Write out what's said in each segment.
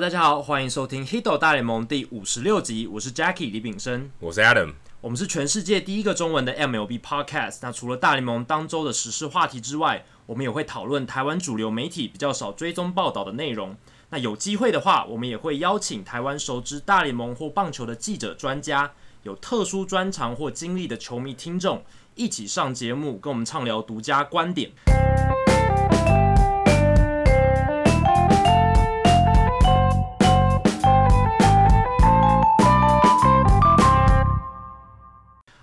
大家好，欢迎收听《Hido 大联盟》第五十六集，我是 Jackie 李炳生。我是 Adam，我们是全世界第一个中文的 MLB Podcast。那除了大联盟当周的时事话题之外，我们也会讨论台湾主流媒体比较少追踪报道的内容。那有机会的话，我们也会邀请台湾熟知大联盟或棒球的记者、专家，有特殊专长或经历的球迷听众，一起上节目跟我们畅聊独家观点。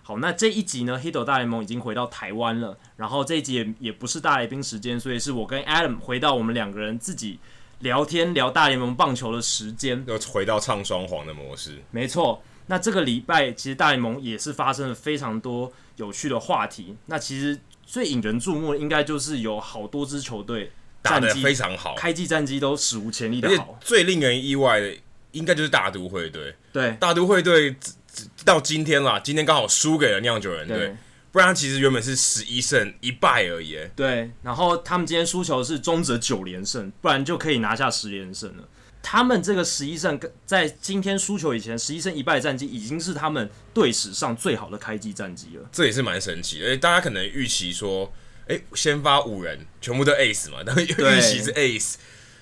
好，那这一集呢，《黑斗大联盟》已经回到台湾了。然后这一集也也不是大来宾时间，所以是我跟 Adam 回到我们两个人自己聊天聊大联盟棒球的时间。又回到唱双簧的模式。没错，那这个礼拜其实大联盟也是发生了非常多有趣的话题。那其实最引人注目的应该就是有好多支球队打战得绩非常好，开季战绩都史无前例而的且好。最令人意外的应该就是大都会队。对大都会队直直到今天啦，今天刚好输给了酿酒人队对，不然他其实原本是十一胜一败而已。哎对，然后他们今天输球是终止九连胜，不然就可以拿下十连胜了。他们这个十一胜，在今天输球以前，十一胜一败的战绩已经是他们队史上最好的开季战绩了。这也是蛮神奇的。而且大家可能预期说，哎、先发五人全部都 ace 嘛，但是对预期是 ace，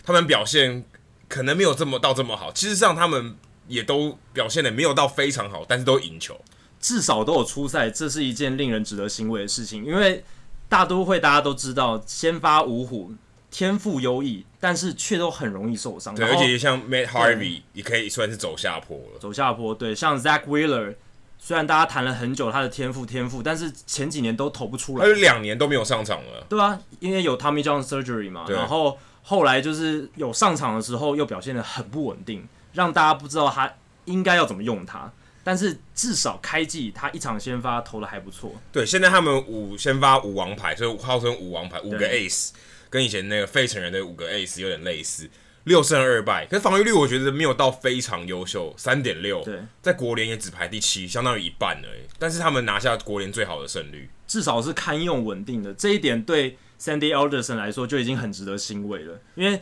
他们表现可能没有这么到这么好。其实上他们也都表现的没有到非常好，但是都赢球。至少都有出赛，这是一件令人值得欣慰的事情。因为大都会大家都知道，先发五虎天赋优异，但是却都很容易受伤，对，然而后且像 Matt Harvey 也可以算是走下坡了。走下坡。对，像 Zach Wheeler，虽然大家谈了很久他的天赋天赋，但是前几年都投不出来他。有两年都没有上场了，对啊，因为有 Tommy John surgery 嘛，对然后后来就是有上场的时候又表现得很不稳定，让大家不知道他应该要怎么用他。但是至少开季他一场先发投的还不错，对，现在他们五先发五王牌，所以号称五王牌，五个对 ace，跟以前那个费城人的五个 ace 有点类似，六胜二败，可是防御率我觉得没有到非常优秀，三点六，对，在国联也只排第七，相当于一半而已，但是他们拿下国联最好的胜率，至少是堪用稳定的。这一点对 Sandy Alderson 来说就已经很值得欣慰了，因为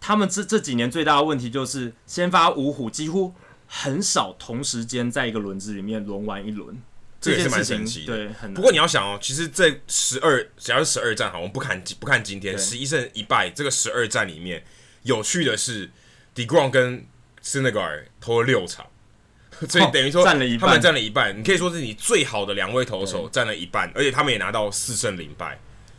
他们这这几年最大的问题就是先发五虎几乎很少同时间在一个轮子里面轮完一轮，这也件是蛮事神情奇的。对，很难不过你要想哦，其实这十二只要是十二战，好，我们不看不看今天对十一胜一败这个十二战里面，有趣的是 d e g r o n 跟 s e n e g a r 投了六场， 所以哦等于说占了一半他们占了一半，你可以说是你最好的两位投手占了一半，而且他们也拿到四胜零败，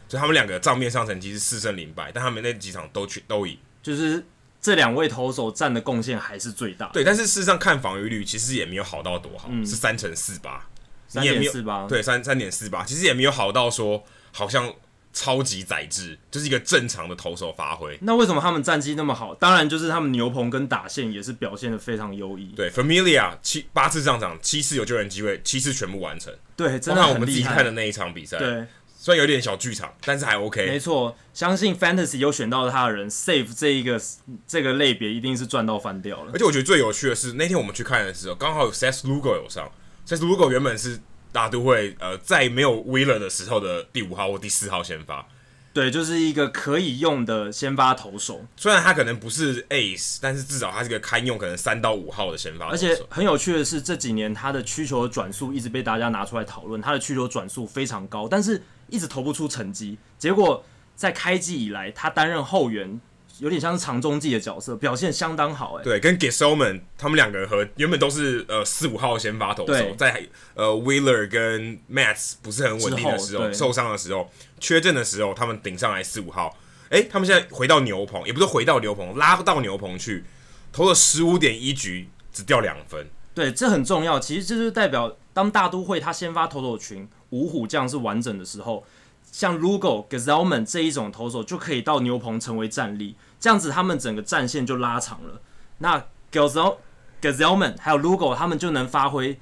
所以他们两个账面上成绩是四胜零败，但他们那几场都去都赢。就是这两位投手占的贡献还是最大，对，但是事实上看防御率其实也没有好到多好，嗯是三乘四八，三你也点没有四八，对，三三点四八，其实也没有好到说好像超级宰制，就是一个正常的投手发挥。那为什么他们战绩那么好？当然就是他们牛棚跟打线也是表现的非常优异，对，Familia 七八次上场，七次有救援机会，七次全部完成，对，包真的括我很们自己厉看害的。那一场比赛，对，虽然有点小剧场，但是还 OK 没。错，相信 Fantasy 有选到他的人，Save 这一个这个类别一定是赚到翻掉了而。且我觉得最有趣的是，那天我们去看的时候，刚好有 Seth Lugo 有上，Seth Lugo 原本是大都会呃在没有 Wheeler 的时候的第五号或第四号先发，对，就是一个可以用的先发投手，虽然他可能不是 Ace，但是至少他是个堪用可能三到五号的先发投而手，且很有趣的是，这几年他的曲球转速一直被大家拿出来讨论，他的曲球转速非常高，但是一直投不出成绩。结果在开季以来，他担任后援，有点像是长中继的角色，表现相当好、欸。哎，对，跟 Giselman 他们两个人和原本都是呃四五号先发投手对，在呃 Wheeler 跟 Mats 不是很稳定的时之后候，对受伤的时候，缺阵的时候，他们顶上来四五号，诶，他们现在回到牛棚，也不是回到牛棚，拉到牛棚去，投了十五点一局，只掉两分，对，这很重要。其实这就是代表，当大都会他先发投手群五虎将是完整的时候，像 Lugo、Gazelman 这一种投手就可以到牛棚成为战力，这样子他们整个战线就拉长了。那 Gazel Gazelman 还有 Lugo 他们就能发挥，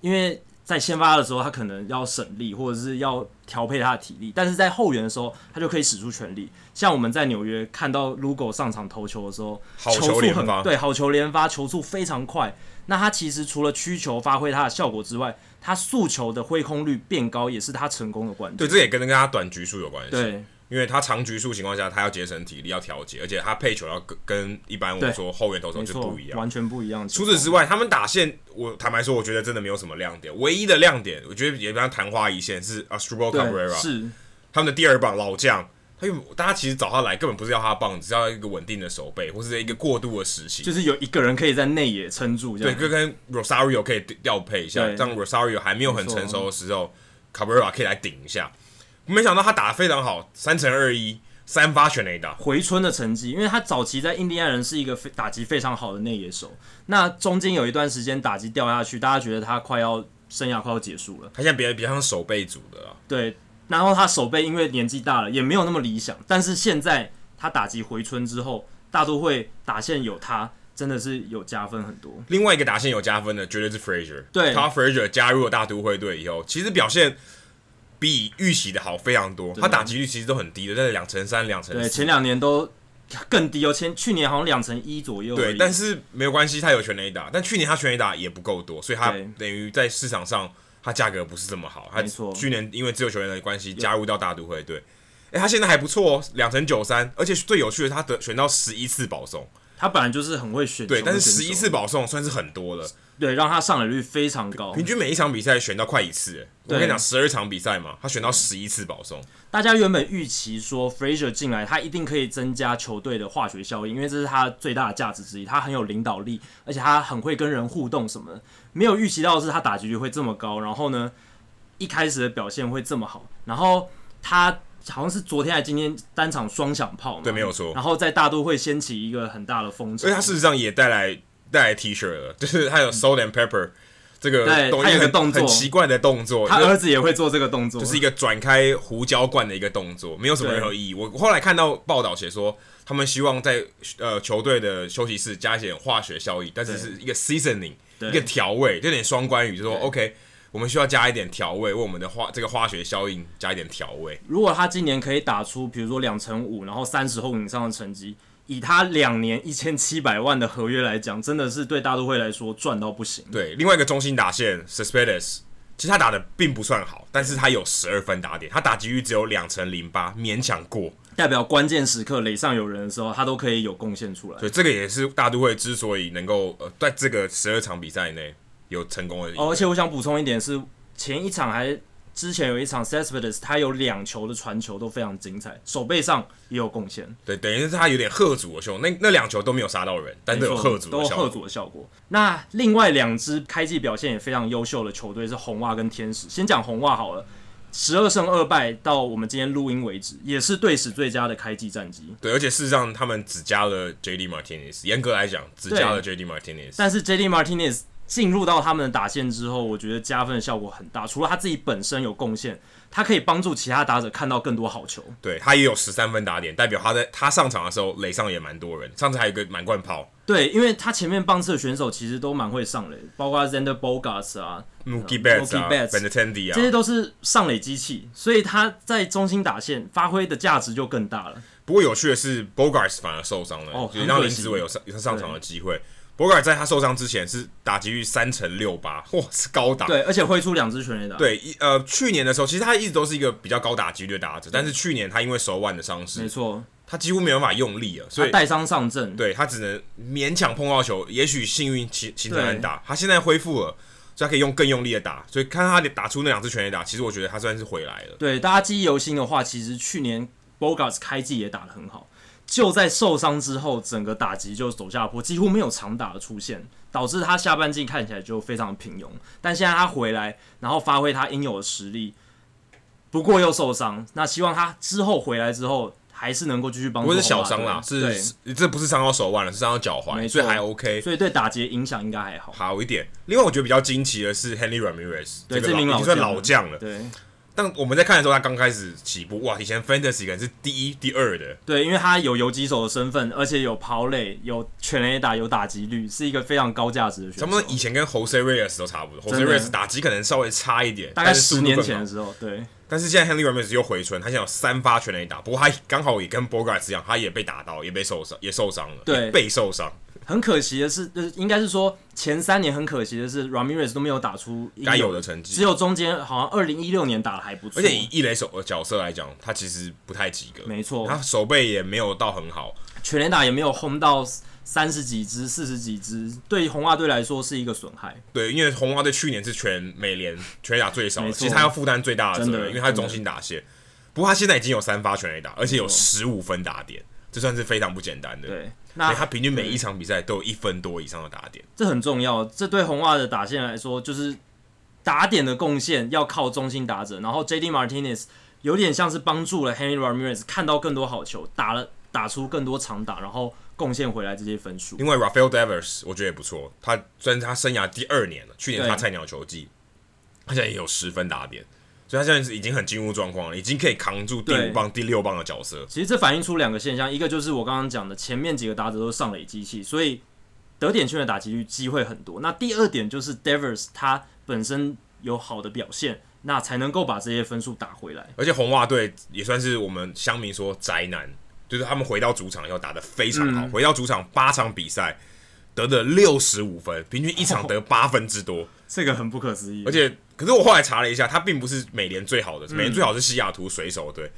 因为在先发的时候他可能要省力或者是要调配他的体力，但是在后援的时候他就可以使出全力。像我们在纽约看到 Lugo 上场投球的时候，好球球速连很发对，好球连发，球速非常快。那他其实除了曲球发挥它的效果之外，他速球的挥空率变高也是他成功的关键。对，这也跟跟他短局数有关系。对因为他长局数情况下，他要节省体力，要调节，而且他配球要跟跟一般我们对说后援投手没就错不一，样。完全不一样的情除况。此之外，他们打线，我坦白说，我觉得真的没有什么亮点。唯一的亮点，我觉得也比较昙花一现，是 Astrubal 对 Cabrera，是他们的第二棒老将。他又大家其实找他来，根本不是要他的棒，只是要一个稳定的手背，或是一个过渡的时期。就是有一个人可以在内野撑住这对，样。就跟 Rosario 可以调配一下，对让 Rosario 还没有很成熟的时候，Cabrera 可以来顶一下。没想到他打得非常好，三乘二一，三发全垒打，回春的成绩，因为他早期在印第安人是一个非打击非常好的内野手，那中间有一段时间打击掉下去，大家觉得他快要生涯快要结束了。他现在比较比较像手背组的啦。对，然后他手背因为年纪大了也没有那么理想，但是现在他打击回春之后，大都会打线有他，真的是有加分很多。另外一个打线有加分的，绝对是 Fraser。对他 Fraser 加入了大都会队以后，其实表现比预期的好非常多。的他打击率其实都很低的，在两成三、两成对，四前。两年都更低哦，前去年好像两成一左右而已。对，但是没有关系，他有全垒打，但去年他全垒打也不够多，所以他对等于在市场上他价格不是这么好。他没错去年因为自由球员的关系加入到大都会队，哎、他现在还不错哦，两成九三，而且最有趣的是他得选到十一次保送，他本来就是很会选球的对，选手，但是十一次保送算是很多了，对让他上垒率非常高。平均每一场比赛选到快一次。诶我对跟你讲，十二场比赛嘛，他选到十一次保送，大家原本预期说 Fraser 进来，他一定可以增加球队的化学效应，因为这是他最大的价值之一。他很有领导力，而且他很会跟人互动什么的。没有预期到的是他打击率会这么高，然后呢，一开始的表现会这么好。然后他好像是昨天还今天单场双响炮嘛，对没有错然后在大都会掀起一个很大的风潮所以，他事实上也带来带来 T 恤了， 就是他有 Salt and Pepper 这个对动他有一个很动作很奇怪的动作，他就是儿子也会做这个动作，就是一个转开胡椒罐的一个动作，没有什么对任何意义。我后来看到报道写说，他们希望在呃球队的休息室加一点化学效益，但是对是一个 seasoning，对一个调味，就有点双关语，就说对 OK，我们需要加一点调味，为我们的化这个化学效应加一点调味。如果他今年可以打出，比如说两成五，然后三十后以上的成绩，以他两年一千七百万的合约来讲，真的是对大都会来说赚到不行。对，另外一个中心打线 Suspedes，其实他打的并不算好，但是他有十二分打点，他打击率只有两成零八，勉强过。代表关键时刻垒上有人的时候，他都可以有贡献出来所。以这个也是大都会之所以能够呃在这个十二场比赛内有成功的赢哦，而且我想补充一点是，前一场还之前有一场 c e s p e d e s 他有两球的传球都非常精彩，手背上也有贡献。对，等于是他有点贺主的效果，那那两球都没有杀到人，但是有贺主都的有效贺果。主的效果。那另外两支开季表现也非常优秀的球队是红袜跟天使。先讲红袜好了，十二胜二败到我们今天录音为止，也是队史最佳的开季战绩。对，而且事实上他们只加了 J.D. Martinez，严格来讲只加了 J.D. Martinez。但是 J.D. Martinez 进入到他们的打线之后，我觉得加分的效果很大。除了他自己本身有贡献，他可以帮助其他打者看到更多好球。对他也有十三分打点，代表他在他上场的时候垒上也蛮多人，上次还有一个满贯炮，对，因为他前面棒次的选手其实都蛮会上垒，包括 Zander Bogarts 啊， Mookie Mookie Betts 啊 Betts ，Benatendi 这些啊。都是上垒机器，所以他在中心打线发挥的价值就更大了。不过有趣的是，Bogarts 反而受伤了，哦也很让可林惜志伟有上有上场的机会。Bogarts 在他受伤之前是打击率三乘六八， 哇，是高打。对，而且挥出两支全垒打。，对，一呃，去年的时候，其实他一直都是一个比较高打击率的打者，但是去年他因为手腕的伤势没，错，他几乎没有办法用力了，所他以带伤上阵。对他只能勉强碰到球，也许幸运形形成安打。他现在恢复了，所以他可以用更用力的打。所以看他打出那两支全垒打，其实我觉得他算是回来了。对大家记忆犹新的话，其实去年 Bogarts 开季也打得很好，就在受伤之后，整个打击就走下坡，几乎没有长打的出现，导致他下半季看起来就非常平庸。但现在他回来，然后发挥他应有的实力，不过又受伤，那希望他之后回来之后。还是能够继续帮不助红袜过队。是小伤啦，是对是这不是伤到手腕了，是伤到脚没踝，错所以还 OK，所以对打劫影响应该还好。好一点。另外我觉得比较惊奇的是 Henry Ramirez，对个这名已老经算将老将了。对但我们在看的时候，他刚开始起步，哇，以前 Fantasy 可能是第一、第二的，对，因为他有游击手的身份，而且有跑垒、有全垒打、有打击率，是一个非常高价值的选手。差不多以前跟 Jose Reyes 都差不多。Jose 真的 Reyes 打击可能稍微差一点，大概但是速十度年更前的好时候，对但是现在 Henry Ramirez 又回春，他现在有三发全垒打，不过他刚好也跟 Bogarts 一样，他也被打到，也被受伤，也受伤了，对也被受伤。很可惜的是，就是应该是说前三年很可惜的是，Ramirez 都没有打出应该有的成绩只有中间好像二零一六年打的还不错，而且以一垒手的角色来讲，他其实不太及格，没错他手背也没有到很好，全垒打也没有轰到三十几支、四十几支，对红袜队来说是一个损害。对，因为红袜队去年是全美联全垒打最少的，没错其实他要负担最大的责真任，的因为他是中心打线。不过他现在已经有三发全垒打，而且有十五分打点，这算是非常不简单的。，对，所那以他平均每一场比赛都有一分多以上的打点。这很重要，这对红袜的打线来说，就是打点的贡献要靠中心打者，然后 J.D. Martinez 有点像是帮助了 Henry Ramirez 看到更多好球，打了打出更多长打，然后贡献回来这些分数。另外，Rafael Devers 我觉得也不错，他虽然他生涯第二年了，去年对他菜鸟球季，他现在也有十分打点，所以他现在是已经很进入状况了，已经可以扛住第对五棒、第六棒的角色。其实这反映出两个现象，一个就是我刚刚讲的，前面几个打者都是上垒机器，所以得点圈的打击率机会很多。那第二点就是 Devers 他本身有好的表现，那才能够把这些分数打回来。而且红袜队也算是我们乡民说宅男，就是他们回到主场以后打得非常好，回到主场八场比赛得了六十五分，平均一场得八分之多。这个很不可思议而。且，可是我后来查了一下，他并不是美联最好的，美联最好是西雅图水手队。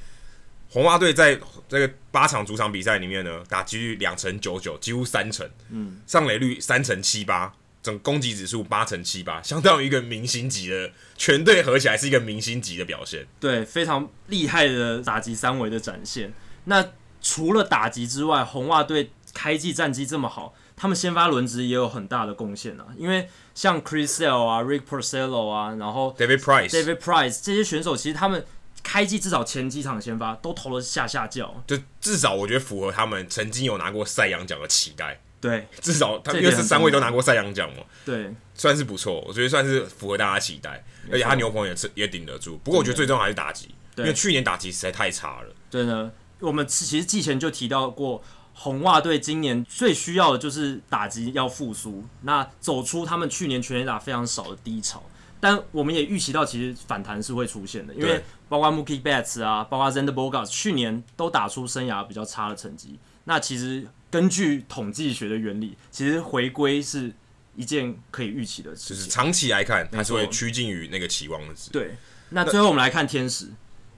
红袜队在这个八场主场比赛里面呢，打击率两成九九，几乎三成，嗯，上垒率三成七八，整攻击指数八成七八，相当于一个明星级的，全队合起来是一个明星级的表现。对，非常厉害的打击三维的展现。那除了打击之外，红袜队开季战绩这么好，他们先发轮值也有很大的贡献啊。因为像 Chris Sale 啊、Rick Porcello 啊，然后 David Price David Price 这些选手，其实他们开季至少前几场先发都投了下下叫。就至少我觉得符合他们曾经有拿过赛扬奖的期待，对至少他这因点为是三位都拿过赛扬奖嘛，对，算是不错，我觉得算是符合大家期待，而且他牛棚也吃也顶得住。不过我觉得最重要还是打击，因对为去年打击实在太差了，真的，我们其实季前就提到过，红袜队今年最需要的就是打击要复苏，那走出他们去年全垒打非常少的低潮。但我们也预期到，其实反弹是会出现的，因为对包括 Mookie Betts 啊，包括 Zander Bogarts 去年都打出生涯比较差的成绩。那其实根据统计学的原理，其实回归是一件可以预期的事就情是。长期来看还是没会错趋近于那个期望值。对，那最后我们来看天使，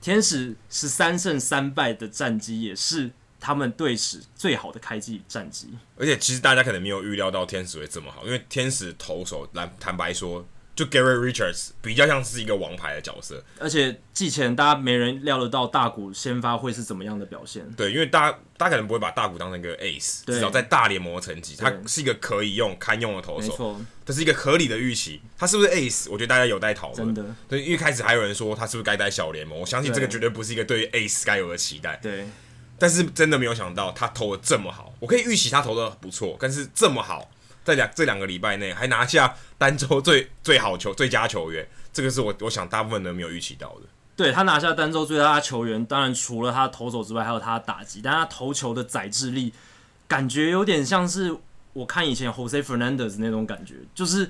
天使十三胜三败的战绩也是他们队史最好的开季战绩。而且其实大家可能没有预料到天使会这么好，因为天使投手坦坦白说，就 Gary Richards 比较像是一个王牌的角色，而且季前大家没人料得到大谷先发会是怎么样的表现，对，因为大家大家可能不会把大谷当成一个 ace，对至少在大联盟的成绩，他对是一个可以用堪用的投没手。错，这是一个合理的预期。他是不是 ace？我觉得大家有待讨真论。的，对，因为开始还有人说他是不是该待小联盟，我相信这个对绝对不是一个对于 ace 该有的期待。对，但是真的没有想到他投的这么好，我可以预期他投的不错，但是这么好，在两这两个礼拜内还拿下单周最最好球最佳球员，这个是我我想大部分人没有预期到的。对他拿下单周最佳球员，当然除了他的投手之外，还有他的打击，但他投球的载制力感觉有点像是我看以前 Jose Fernandez 那种感觉，就是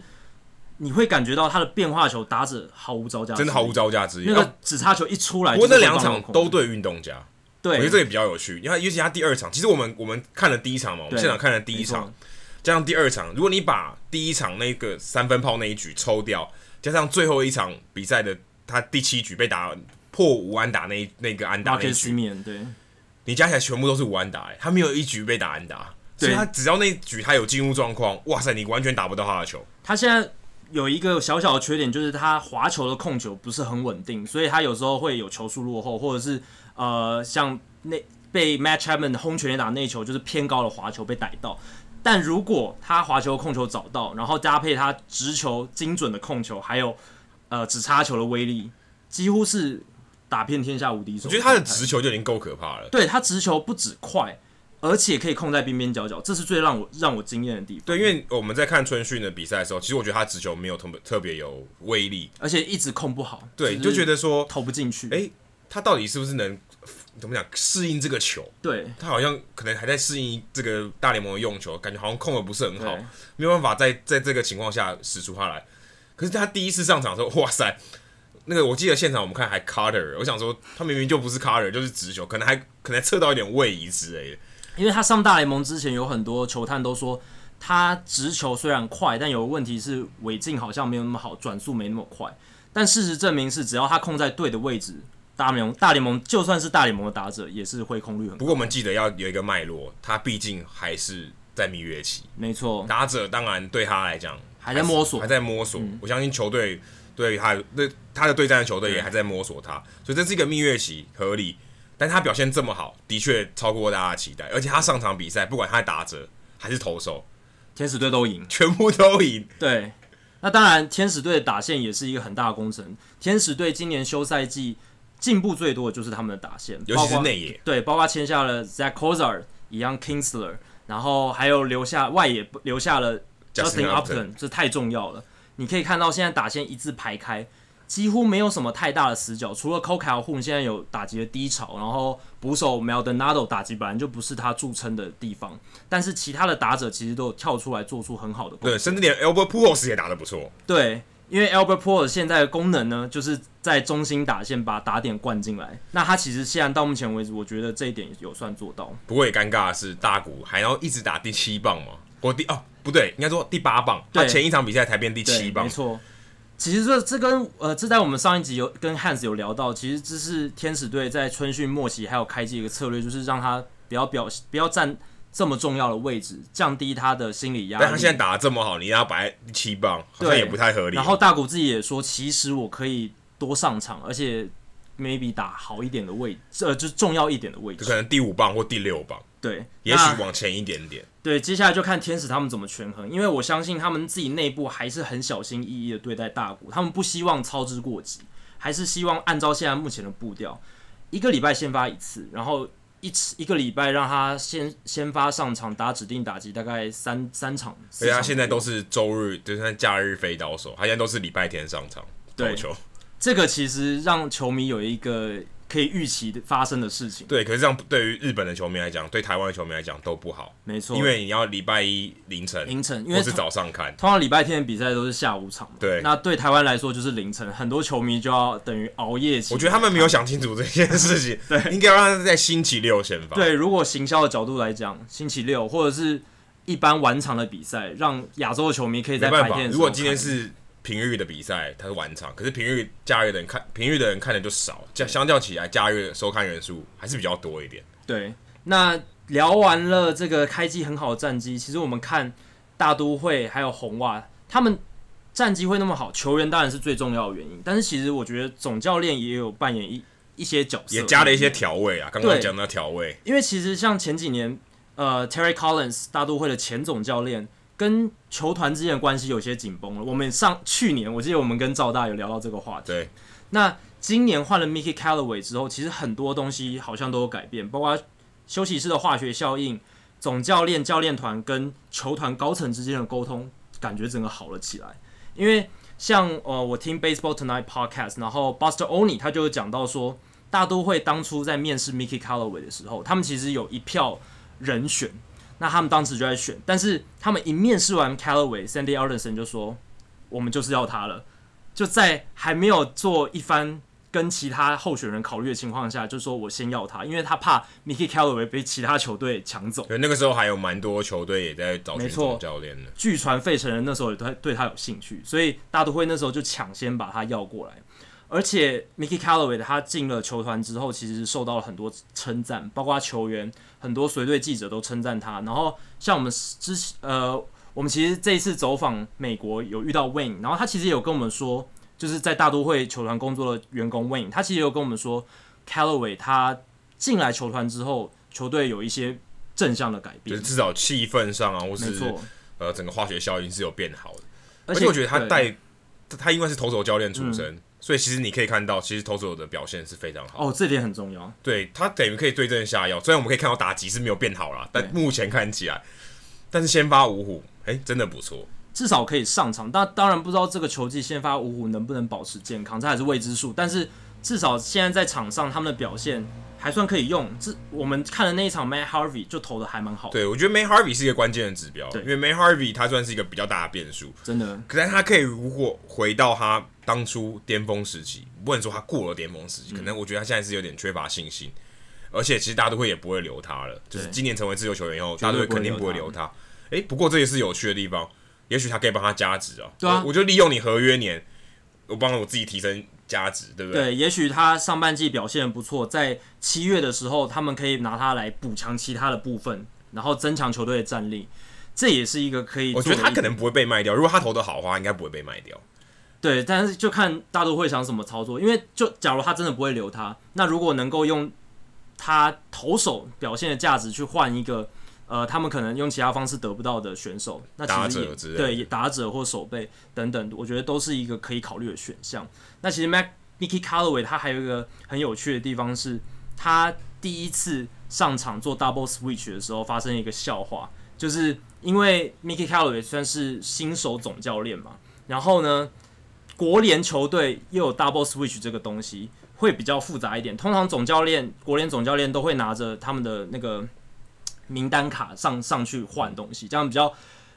你会感觉到他的变化球打者毫无招架之力，真的毫无招架之力。那啊个指叉球一出来，不过就那是两放场空都对运动家，对，我觉得这也比较有趣。因为尤其他第二场，其实我们我们看了第一场嘛，我对们现场看了第一没错场，加上第二场，如果你把第一场那个三分炮那一局抽掉，加上最后一场比赛的他第七局被打破五安打那一那个安打那一 Marcus 局， Simeon 对你加起来全部都是五安打、欸，他没有一局被打安打，所以对他只要那一局他有进入状况，哇塞，你完全打不到他的球。他现在有一个小小的缺点，就是他滑球的控球不是很稳定，所以他有时候会有球速落后，或者是呃像那被 Matt Chapman 轰全垒打那一球，就是偏高的滑球被逮到。但如果他滑球控球找到，然后搭配他直球精准的控球，还有呃直插球的威力，几乎是打遍天下无敌手。我觉得他的直球就已经够可怕了。对他直球不止快，而且可以控在边边角角，这是最让我让我惊艳的地方。对，因为我们在看春训的比赛的时候，其实我觉得他直球没有特别特别有威力，而且一直控不好，对，是就觉得说投不进去。哎、他到底是不是能怎么讲适应这个球？对他好像可能还在适应这个大联盟的用球，感觉好像控的不是很好对，没有办法在在这个情况下使出他来。可是他第一次上场的时候，哇塞，那个我记得现场我们看还 Carter，我想说他明明就不是 Carter，就是直球，可能还可能还测到一点位移之类的。因为他上大联盟之前有很多球探都说他直球虽然快，但有个问题是尾劲好像没有那么好，转速没那么快。但事实证明是，只要他控在对的位置，大联盟大联盟就算是大联盟的打者，也是挥空率很不高。过我们记得要有一个脉络，他毕竟还是在蜜月期，没错，打者当然对他来讲还在摸索嗯还在摸索。我相信球队对他对他的对战的球队也还在摸索他，所以这是一个蜜月期，合理。但他表现这么好，的确超过大家的期待，而且他上场比赛，不管他打者还是投手，天使队都赢。全部都赢。对，那当然，天使队的打线也是一个很大的工程。天使队今年休赛季进步最多的就是他们的打线，尤其是内野包括对，包括签下了 Zach c o z a r 一样 Kingsler，然后还有留下外野留下了 Justin Justin Upton Upton，这太重要了。你可以看到现在打线一字排开。几乎没有什么太大的死角，除了 c o c a l h u m 现在有打击的低潮，然后捕手 Maldonado 打击本来就不是他著称的地方，但是其他的打者其实都有跳出来做出很好的贡对，甚至连 Albert Pujols 也打得不错。对，因为 Albert p o r 现在的功能呢，就是在中心打线把打点灌进来。那他其实现在到目前为止，我觉得这一点有算做到。不过也尴尬的是，大谷还要一直打第七棒嘛，我第哦不对，应该说第八棒，他对前一场比赛才变第对七棒没，错。其实这这跟呃，这在我们上一集有跟 Hans 有聊到，其实这是天使队在春训末期还有开季一个策略，就是让他不要表不要占这么重要的位置，降低他的心理压力。但他现在打得这么好，你让他摆在第七棒，好像对也不太合理。然后大谷自己也说，其实我可以多上场，而且 maybe 打好一点的位置，呃，就是重要一点的位就置。可能第五棒或第六棒，对，也许那往前一点点。对，接下来就看天使他们怎么权衡，因为我相信他们自己内部还是很小心翼翼的对待大股，他们不希望操之过急，还是希望按照现在目前的步调，一个礼拜先发一次，然后一次一个礼拜让他先先发上场打指定打击，大概三三场。四所以他场啊现在都是周日，就算假日飞刀手，他现在都是礼拜天上场投对球。这个其实让球迷有一个可以预期的发生的事情，对，可是这样对于日本的球迷来讲，对台湾的球迷来讲都不好，没错，因为你要礼拜一凌晨凌晨，因或为是通早上看。通常礼拜天的比赛都是下午场嘛，对那对台湾来说就是凌晨，很多球迷就要等于熬夜起来看。我觉得他们没有想清楚这件 事情，对，应该让他在星期六先发。对，如果行销的角度来讲，星期六或者是一般晚场的比赛，让亚洲的球迷可以没在办白法，天的时候看。如果今天是平日的比赛，它是晚场，可是平日假日的人看，平日的人看的就少，相相较起来，假日的收看人数还是比较多一点。对，那聊完了这个开机很好的战绩，其实我们看大都会还有红袜，他们战绩会那么好，球员当然是最重要的原因，但是其实我觉得总教练也有扮演一一些角色，也加了一些调味啊，刚刚对讲到调味，因为其实像前几年，呃，Terry Collins 大都会的前总教练跟球团之间的关系有些紧绷了。我们上去年我记得我们跟赵大有聊到这个话题。对，那今年换了 Mickey Callaway 之后，其实很多东西好像都有改变，包括休息室的化学效应、总教练、教练团跟球团高层之间的沟通，感觉整个好了起来。因为像呃，我听 Baseball Tonight podcast，然后 Buster Oni 他就有讲到说，大都会当初在面试 Mickey Callaway 的时候，他们其实有一票人选，那他们当时就在选，但是他们一面试完 Callaway，Sandy Alderson 就说，我们就是要他了，就在还没有做一番。跟其他候选人考虑的情况下，就说我先要他，因为他怕 Mickey Callaway 被其他球队抢走。对，那个时候还有蛮多球队也在找没寻错总教练的，据传费城人那时候也对对他有兴趣，所以大都会那时候就抢先把他要过来。而且 Mickey Callaway 他进了球团之后，其实受到了很多称赞，包括球员、很多随队记者都称赞他。然后像我们之前呃，我们其实这一次走访美国有遇到 Wayne，然后他其实也有跟我们说，就是在大都会球团工作的员工 Wayne，他其实也有跟我们说，Callaway 他进来球团之后，球队有一些正向的改就变是，至少气氛上啊，或没是错。呃整个化学效应是有变好的。而而且我觉得他对嗯带他他因为是投手教练出身，所以其实你可以看到，其实投手的表现是非常好。哦，这点很重要。对他等于可以对症下药。虽然我们可以看到打击是没有变好啦，但对目前看起来，但是先发五虎，哎、真的不错。至少可以上场。但当然不知道这个球季先发五虎能不能保持健康，这还是未知数。但是至少现在在场上他们的表现还算可以用。这我们看的那一场 Matt Harvey 就投的还蛮好的，对我觉得 May Harvey 是一个关键的指标，对因为 May Harvey 他算是一个比较大的变数，真的可是他可以如果回到他当初巅峰时期，不能说他过了巅峰嗯时期，可能我觉得他现在是有点缺乏信心，而且其实大都会也不会留他了，就是今年成为自由球员以后，大都会肯定不会留他，诶，不过这也是有趣的地方，也许他可以帮他加值啊。对啊我我就利用你合约年，我帮我自己提升价值，对不对？对，也许他上半季表现得不错，在七月的时候，他们可以拿他来补强其他的部分，然后增强球队的战力。这也是一个可以我做的觉一得个，他可能不会被卖掉，如果他投的好的话，应该不会被卖掉。对，但是就看大都会想怎么操作。因为就假如他真的不会留他，那如果能够用他投手表现的价值去换一个呃，他们可能用其他方式得不到的选手，那其实打者之类也的对也打者或手背等等，我觉得都是一个可以考虑的选项。那其实 Mac Nicky Callaway 他还有一个很有趣的地方是，他第一次上场做 double switch 的时候发生一个笑话，就是因为 Mickey Callaway 算是新手总教练嘛，然后呢，国联球队又有 double switch 这个东西，会比较复杂一点。通常总教练国联总教练都会拿着他们的那个名单卡上上去换东西，这样比较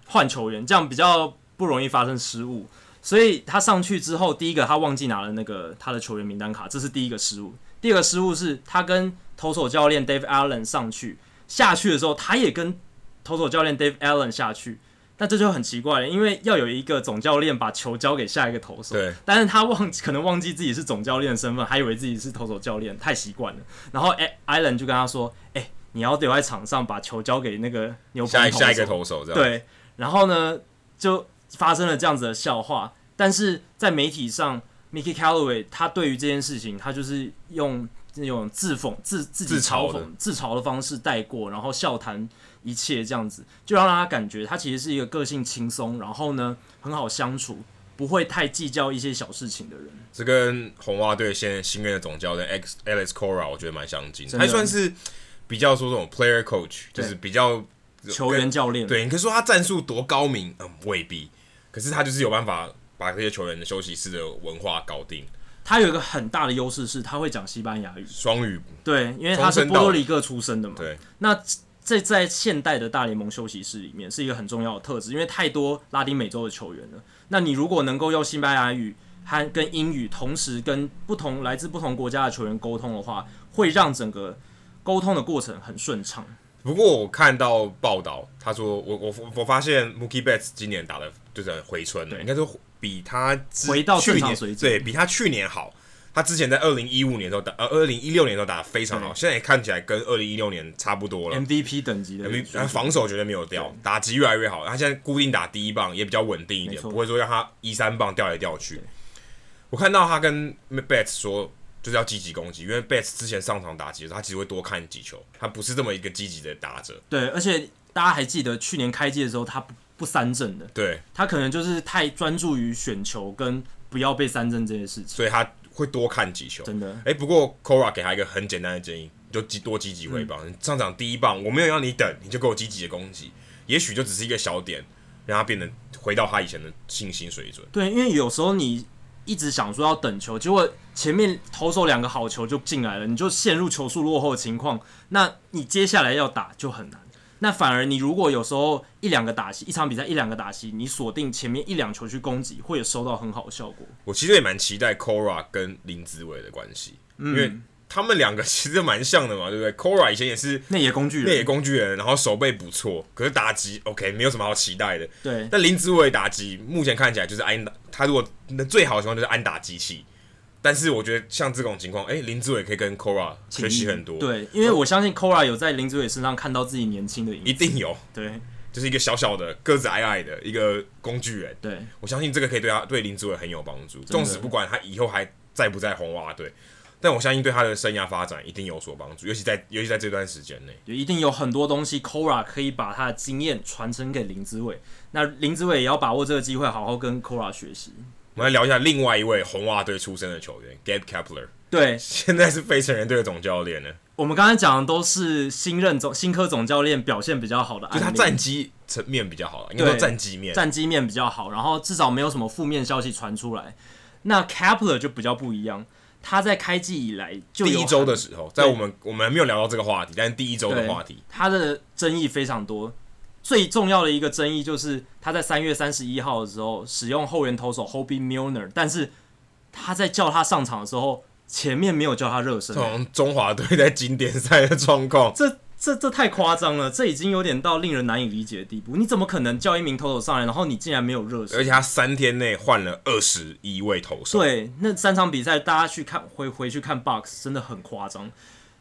换球员，这样比较不容易发生失误。所以他上去之后，第一个他忘记拿了那个他的球员名单卡，这是第一个失误。第二个失误是他跟投手教练 Dave Allen 上去，下去的时候他也跟投手教练 Dave Allen 下去，那这就很奇怪了，因为要有一个总教练把球交给下一个投手，对，但是他忘记可能忘记自己是总教练的身份，还以为自己是投手教练，太习惯了。然后哎、艾 a l l n 就跟他说：“哎、你要留在场上，把球交给那个牛下棚一投下一个手投手这样。对，然后呢，就发生了这样子的笑话。但是在媒体上，Mickey Callaway 他对于这件事情，他就是用那种自讽、自自己自嘲嘲讽的、自嘲的方式带过，然后笑谈一切这样子，就让他感觉他其实是一个个性轻松，然后呢很好相处，不会太计较一些小事情的人。这跟红袜队现在新任的总教练 X Alex Cora 我觉得蛮相近的，真的还算是比较说这种 player coach，就是比较球员教练，对，你可以说他战术多高明，嗯，未必，可是他就是有办法把这些球员的休息室的文化搞定，他有一个很大的优势是他会讲西班牙语。双语对，因为他是终身波到多黎各出生的嘛。对，那这在现代的大联盟休息室里面是一个很重要的特质，因为太多拉丁美洲的球员了。那你如果能够用西班牙语和跟英语同时跟不同来自不同国家的球员沟通的话，会让整个沟通的过程很顺畅。不过我看到报道，他说我我我发现 Mookie Betts 今年打的就是很回春了，应该说比他之回到正去常年水准对比他去年好。他之前在二零一五年的时候打，呃，二零一六年的时候打得非常好，现在也看起来跟二零一六年差不多了。 MVP 等级的你人选他防守绝对没有掉，打击越来越好。他现在固定打第一棒也比较稳定一没点，错不会说让他一三棒掉来掉去。我看到他跟 Betts 说，就是要积极攻击，因为 Betts 之前上场打击的时候，他其实会多看几球，他不是这么一个积极的打者。对，而且大家还记得去年开季的时候，他不不三振的，对，他可能就是太专注于选球跟不要被三振这件事情。所以他会多看几球。真的，哎、不过 Cora 给他一个很简单的建议，你就积多积极回嗯棒。你上场第一棒，我没有让你等，你就给我积极的攻击，也许就只是一个小点，让他变得回到他以前的信心水准。对，因为有时候你一直想说要等球，结果前面投手两个好球就进来了，你就陷入球速落后的情况，那你接下来要打就很难。那反而你如果有时候一两个打席，一场比赛一两个打席，你锁定前面一两球去攻击，会有收到很好的效果。我其实也蛮期待 Cora 跟林子伟的关系，因为他们两个其实蛮像的嘛，对不对？Cora 以前也是内野工具内人，野工具人，然后手背不错，可是打击 OK 没有什么好期待的。对但林子伟打击目前看起来就是安打，他如果那最好的情况就是安打机器。但是我觉得像这种情况，哎、林子伟可以跟 Cora 学习很多，，对，因为我相信 Kora 有在林子伟身上看到自己年轻的影一子。定有，对就是一个小小的个子矮矮的一个工具人。对，我相信这个可以对他对林志伟很有帮助，纵使不管他以后还在不在红袜队，但我相信对他的生涯发展一定有所帮助，尤其在尤其在这段时间内。就一定有很多东西 Kora 可以把他的经验传承给林子伟，那林子伟也要把握这个机会，好好跟 Kora 学习。我们来聊一下另外一位红袜队出身的球员 Gabe Kepler， 对，现在是非成人队的总教练呢，我们刚才讲的都是新任总新科总教练表现比较好的案就例，他战绩层面比较好，啊应该说对战绩面。战绩面比较好，然后至少没有什么负面消息传出来。那 Kepler 就比较不一样，他在开季以来就第有一很周的时候，在对我们我们还没有聊到这个话题，但是第一周的对话题，他的争议非常多。最重要的一个争议就是他在三月三十一号的时候使用后援投手 Hobie Milner，但是他在叫他上场的时候，前面没有叫他热身这，种中华队在经典赛的状况，这这这太夸张了，这已经有点到令人难以理解的地步。你怎么可能叫一名投手上来，然后你竟然没有热身？而且他三天内换了二十一位投手，对，那三场比赛大家去看回回去看 box 真的很夸张，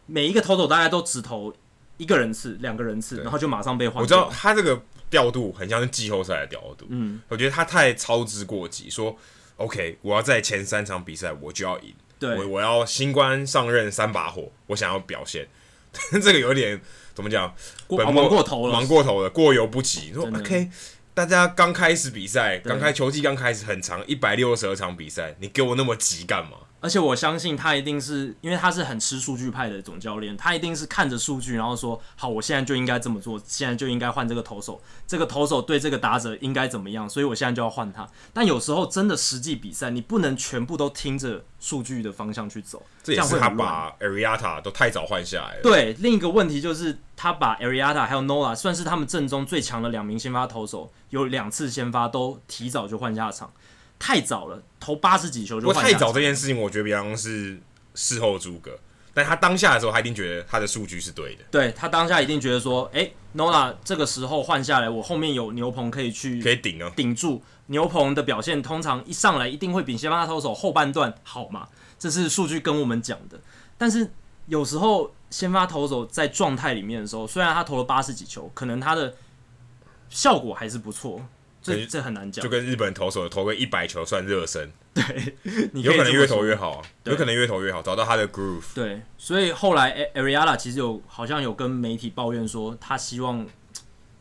每一个投手大概都只投一个人次、两个人次，然后就马上被换我知道掉，他这个调度很像是季后赛的调度，嗯，我觉得他太操之过急，说 OK，我要在前三场比赛我就要赢，对我我要新官上任三把火，我想要表现， 这个有点怎么讲？过本啊末忙过头了，忙过头了，过犹不及。说真的 OK，大家刚开始比赛，对刚开球季刚开始很长，一百六十二场比赛，你给我那么急干嘛？而且我相信他一定是因为他是很吃数据派的总教练，他一定是看着数据，然后说好，我现在就应该这么做，现在就应该换这个投手，这个投手对这个打者应该怎么样，所以我现在就要换他。但有时候真的实际比赛，你不能全部都听着数据的方向去走，这这也样是会他很乱把 Ariata 都太早换下来了。对，另一个问题就是他把 Ariata 还有 Nola 算是他们阵中最强的两名先发投手，有两次先发都提早就换下场，太早了，投八十几球不就过换下太场。早这件事情，我觉得比方是事后诸葛，但他当下的时候，他一定觉得他的数据是对的，对他当下一定觉得说，哎、n o l a 这个时候换下来，我后面有牛棚可以可去以顶啊。顶住。牛棚的表现通常一上来一定会比先发投手后半段好嘛，这是数据跟我们讲的。但是有时候先发投手在状态里面的时候，虽然他投了八十几球，可能他的效果还是不错，可这是这很难讲就。跟日本投手投个一百球算热身，你有以可能这么越说投越好啊，对有可能越投越好，找到他的 groove。对，所以后来 a r i a l a 其实有好像有跟媒体抱怨说，他希望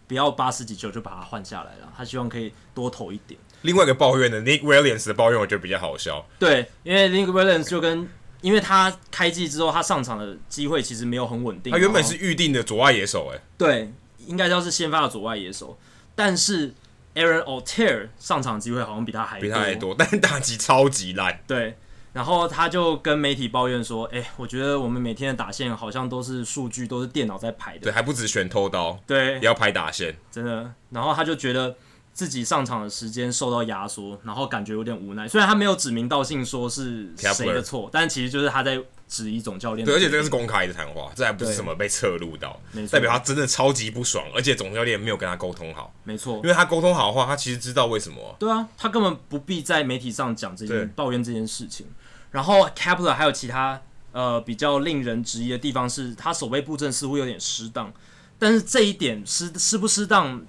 不要八十几球就把他换下来了，他希望可以多投一点。另外一个抱怨的 Nick Williams 的抱怨，我觉得比较好笑。对，因为 Link Williams 就跟因为他开季之后，他上场的机会其实没有很稳定。他原本然后是预定的左外野手、哎，对，应该要是先发的左外野手，但是 Aaron O'Tear 上场机会好像比他还比他还多，但是打击超级烂。对，然后他就跟媒体抱怨说：“哎、我觉得我们每天的打线好像都是数据，都是电脑在排对，的。还不止选偷刀，对也要拍打线。真的。然后他就觉得自己上场的时间受到压缩，然后感觉有点无奈。虽然他没有指名道姓说是谁的错，但其实就是他在质疑总教练。对，而且这个是公开的谈话，这还不是对什么被侧录到没，错代表他真的超级不爽，而且总教练没有跟他沟通好，没错因，为他沟通好的话，他其实知道为什么。对啊，他根本不必在媒体上讲这对件抱怨这件事情。然后 Kepler 还有其他呃比较令人质疑的地方是，他手背布阵似乎有点失当，但是这一点失失不适当，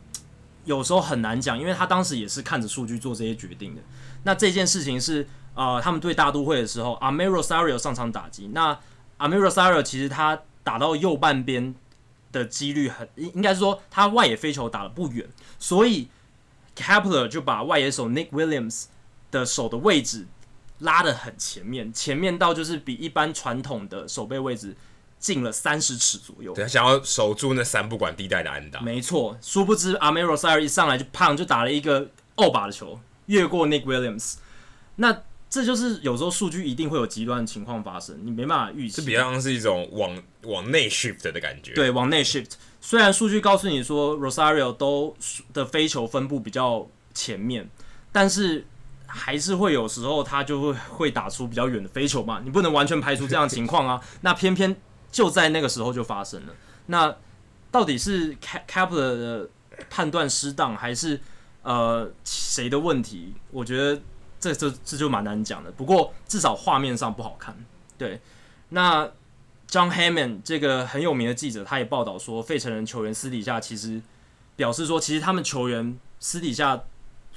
有时候很难讲，因为他当时也是看着数据做这些决定的。那这件事情是呃，他们对大都会的时候 a m i r o s a r i o 上场打击，那 a m i r o s a r i o 其实他打到右半边的几率很，应应该是说他外野飞球打得不远，所以 Kepler 就把外野手 Nick Williams 的手的位置拉得很前面，前面到就是比一般传统的手背位置近了三十尺左右对。他想要守住那三不管地带的安打，没错，殊不知阿梅罗塞尔一上来就胖，就打了一个二把的球，越过 Nick Williams。那这就是有时候数据一定会有极端的情况发生，你没办法预期。这比较像是一种往往内 shift 的感觉。，对，往内 shift。虽然数据告诉你说 Rosario 都的飞球分布比较前面，但是还是会有时候他就会会打出比较远的飞球嘛，你不能完全排除这样的情况 啊。那偏偏就在那个时候就发生了。那到底是 Cap Cap 的判断失当，还是呃谁的问题？我觉得这这这就蛮难讲的。不过至少画面上不好看。对，那 John Hammond 这个很有名的记者，他也报道说，费城人球员私底下其实表示说，其实他们球员私底下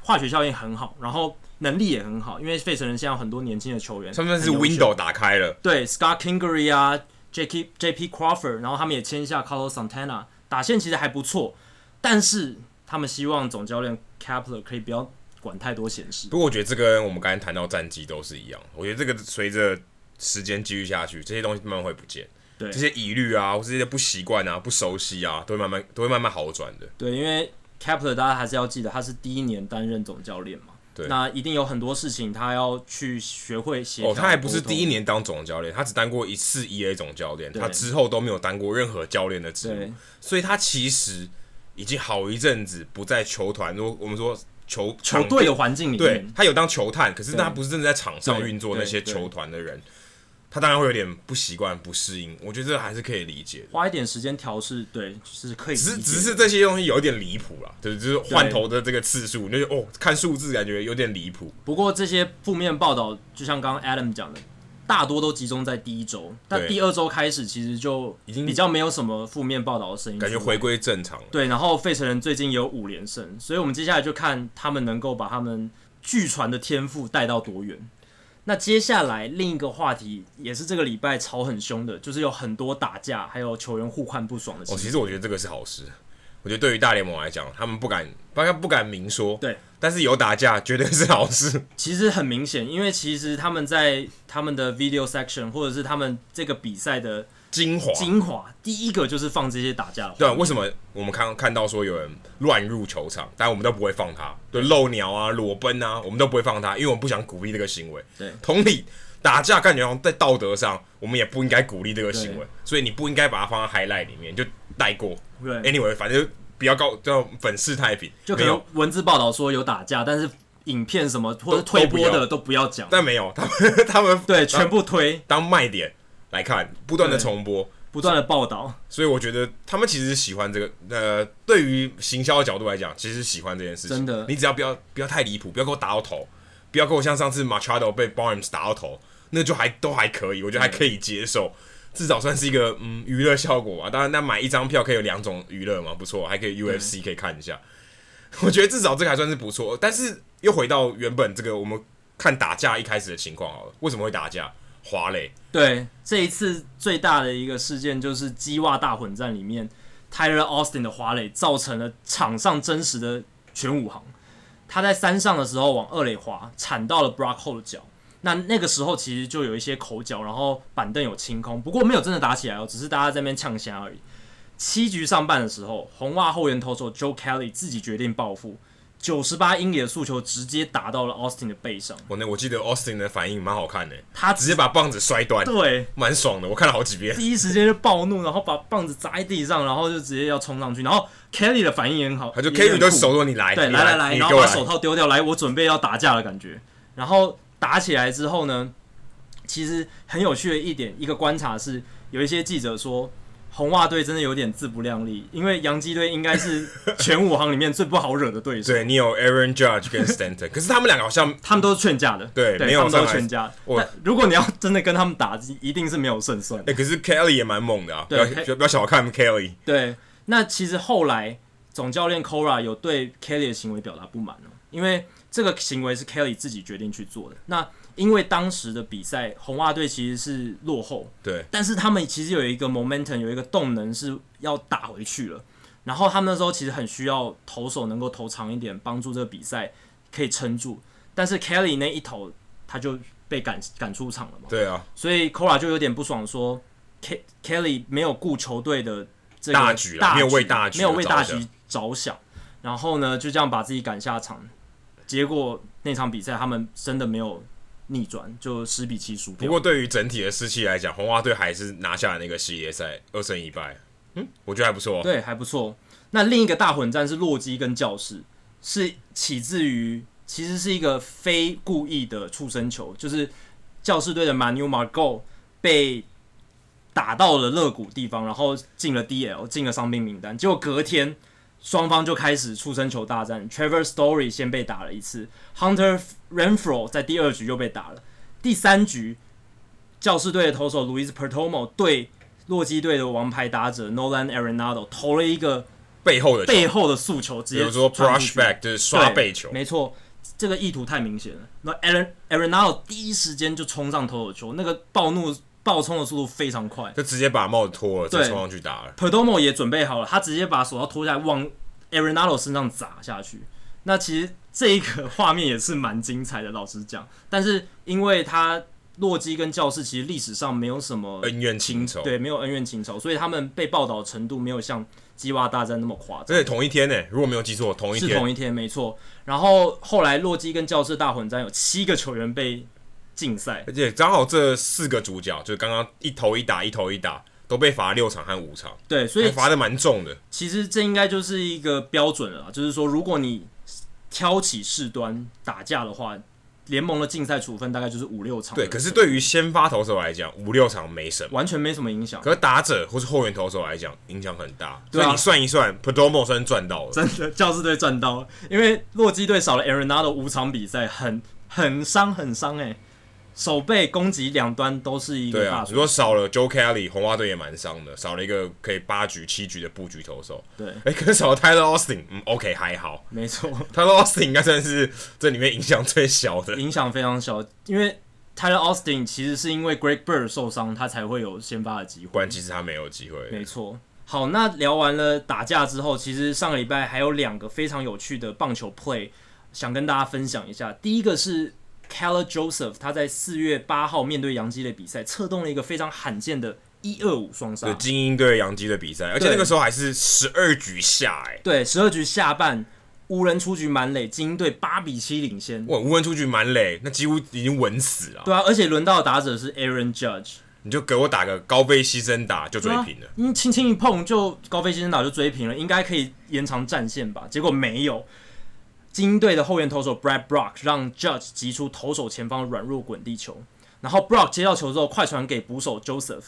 化学效应很好，然后能力也很好，因为费城人现在有很多年轻的球员，他们是很优秀 window 打开了，对 Scott Kingery 啊，J.P. J.P. Crawford，然后他们也签下 Carlos Santana，打线其实还不错，但是他们希望总教练 Kepler 可以不要管太多闲事。不过我觉得这跟我们刚才谈到战绩都是一样，我觉得这个随着时间继续下去，这些东西慢慢会不见，对这些疑虑啊，或是这些不习惯啊、不熟悉啊，都会慢慢都会慢慢好转的。对，因为 Kepler 大家还是要记得，他是第一年担任总教练嘛，对那一定有很多事情他要去学会协调。哦，他还不是第一沟年当总教练，他只当过一次 E A 总教练，对他之后都没有当过任何教练的职通，务对，所以他其实已经好一阵子不在球团，如果我们说球球队的环境里对面，他有当球探，可嗯是对他不是真的在场上运作对那些对球团的人，他当然会有点不习惯、不适应。我觉得这还是可以理解的，花一点时间调试，对，是可以理解只的。是只是这些东西有一点离谱啦，对，就是换头的这个次数，你就觉得哦，看数字感觉有点离谱。不过这些负面报道，就像刚刚 Adam 讲的，大多都集中在第一周，但对第二周开始其实就已经比较没有什么负面报道的声音出感来，觉回归正常了。对。然后费城人最近也有五连胜，所以我们接下来就看他们能够把他们据传的天赋带到多远。那接下来另一个话题也是这个礼拜吵很凶的，就是有很多打架，还有球员互看不爽的情哦，况。其实我觉得这个是好事。我觉得对于大联盟来讲，他们不敢，大概不敢明说，对，但是有打架绝对是 好事。其实很明显，因为其实他们在他们的 video section 或者是他们这个比赛的精华，精华，第一个就是放这些打架的话对，啊为什么我们看看到说有人乱入球场，但我们都不会放他，对，漏鸟啊、裸奔啊，我们都不会放他，因为我们不想鼓励这个行为。对同理，打架感觉好像在道德上，我们也不应该鼓励这个行为对，所以你不应该把它放在 highlight 里面，就带过。对， Anyway，反正就不要告叫粉饰太平，就可哎没有能文字报道说有打架，但是影片什么或者推播的都不要讲，但没有，他们 他们对，全部推，当卖点来看，不断的对重播。不断的报道，所以我觉得他们其实喜欢这个，呃，对于行销的角度来讲，其实喜欢这件事情。真的你只要不要不要太离谱，不要给我打到头，不要给我像上次 Machado 被 Barnes 打到头，那就还都还可以，我觉得还可以接受，至少算是一个嗯娱乐效果吧。当然，那买一张票可以有两种娱乐嘛，不错，还可以 UFC 可以看一下。 我觉得至少这个还算是不错。但是又回到原本这个我们看打架一开始的情况好了，为什么会打架？滑垒，对，这一次最大的一个事件就是鸡袜大混战里面，Tyler Austin 的滑垒造成了场上真实的全武行。他在三上的时候往二垒滑，铲到了 Brock h o l 的脚。那那个时候其实就有一些口角，然后板凳有清空，不过没有真的打起来哦，只是大家在那边呛虾而已。七局上半的时候，红袜后援投手 Joe Kelly 自己决定报复，九十八英里的速球直接打到了 Austin 的背上，我那我记得 Austin 的反应蛮好看的，他直接把棒子摔断，对蛮爽的，我看了好几遍。第一时间就暴怒，然后把棒子砸在地上，然后就直接要冲上去。然后 Kelly 的反应也很好，他就也很 Kerry 都酷手说你来，对，你来来来来，你然给后我把来手套丢掉，来，我准备要打架的感觉。然后打起来之后呢，其实很有趣的一点，一个观察是，有一些记者说。红袜队真的有点自不量力，因为洋基队应该是全五行里面最不好惹的对手，对你有 Aaron Judge 跟 Stanton，可是他们两个好像他们都是劝架的，对没有他们都是上来劝架的。我但如果你要真的跟他们打，一定是没有胜算的哎、。可是 Kelly 也蛮猛的啊，不对要不要小看 Kelly，对，那其实后来总教练 Cora 有对 Kelly 的行为表达不满哦，因为这个行为是 Kelly 自己决定去做的。那因为当时的比赛，红袜队其实是落后，对，但是他们其实有一个 momentum，有一个动能是要打回去了。然后他们那时候其实很需要投手能够投长一点，帮助这个比赛可以撑住。但是 Kelly 那一投，他就被赶赶出场了嘛。对啊，所以 Cora 就有点不爽说，K Kelly 没有顾球队的这个大局啦啊没有为大局没有为大着局着想，然后呢就这样把自己赶下场，结果那场比赛他们真的没有逆转，就十比七输不掉。过对于整体的士气来讲，红袜队还是拿下了那个系列赛二胜一败，嗯，我觉得还不错、哦。对，还不错。那另一个大混战是洛基跟教室，是起自于其实是一个非故意的触身球，就是教士队的 Manu Margot 被打到了肋骨地方，然后进了 DL，进了伤病名单。结果隔天双方就开始触身球大战，Trevor Story 先被打了一次，Hunter Renfro 在第二局又被打了，第三局教士队的投手 Luis Perdomo 对洛基队的王牌打者 Nolan Arenado 投了一个背后的球，背后的速球，直比接如说传出 brush 去 back 就是刷对背球，没错，这个意图太明显了。那 Aaron Arenado 第一时间就冲上投手球，那个暴怒暴冲的速度非常快。就直接把帽子脱了，直接对冲上去打了。 Perdomo 也准备好了，他直接把手套脱下来往 Arenado 身上砸下去。那其实这一个画面也是蛮精彩的，老实讲。但是因为他洛基跟教室其实历史上没有什么恩怨情仇，对，没有恩怨情仇，所以他们被报道的程度没有像鸡蛙大战那么夸张。而且同一天呢、如果没有记错，同一是天同一天，没错。然后后来洛基跟教室大混战有七个球员被禁赛，而且刚好这四个主角，就是刚刚一头一打，一头一打，都被罚六场和五场，对，所所以以罚的蛮重的。其实这应该就是一个标准了啦，就是说如果你挑起事端打架的话，联盟的竞赛处分大概就是五六场。对，可是对于先发投手来讲，五六场没什么。完全没什么影响。 可是打者或是后援投手来讲，影响很大。对啊所以你算一算，Podomo 算赚到了。真的，教士队赚到了，因为洛基队少了 Arenado 五场比赛，很很伤，很伤哎、手背攻击两端都是一对个啊大，你手。说少了 Joe Kelly，红袜队也蛮伤的，少了一个可以八局、七局的布局投手。对哎、可是少了 Tyler Austin，嗯，OK 还好没错， ，Tyler Austin 应该算是这里面影响最小 的。影响非常小，因为 Tyler Austin 其实是因为 Greg Bird 受伤，他才会有先发的机不会。然其实他没有机会。没错。好，那聊完了打架之后，其实上个礼拜还有两个非常有趣的棒球 play 想跟大家分享一下。第一个是 c a l e r Joseph，他在四月八号面对洋基的比赛，策动了一个非常罕见的一二五双杀对，精英对洋基的比赛，而且对那个时候还是十二局下、哎，对，十二局下半无人出局满垒，精英队八比七领先。哇，无人出局满垒，那几乎已经稳死了。对啊，而且轮到的打者是 Aaron Judge，你就给我打个高飞牺牲打就追啊平了。因为嗯轻轻一碰就高飞先生打就追平了，应该可以延长战线吧？结果没有。精英队的后援投手 Brad Brock 让 Judge 击出投手前方软弱滚地球，然后 Brock 接到球之后快传给捕手 Joseph。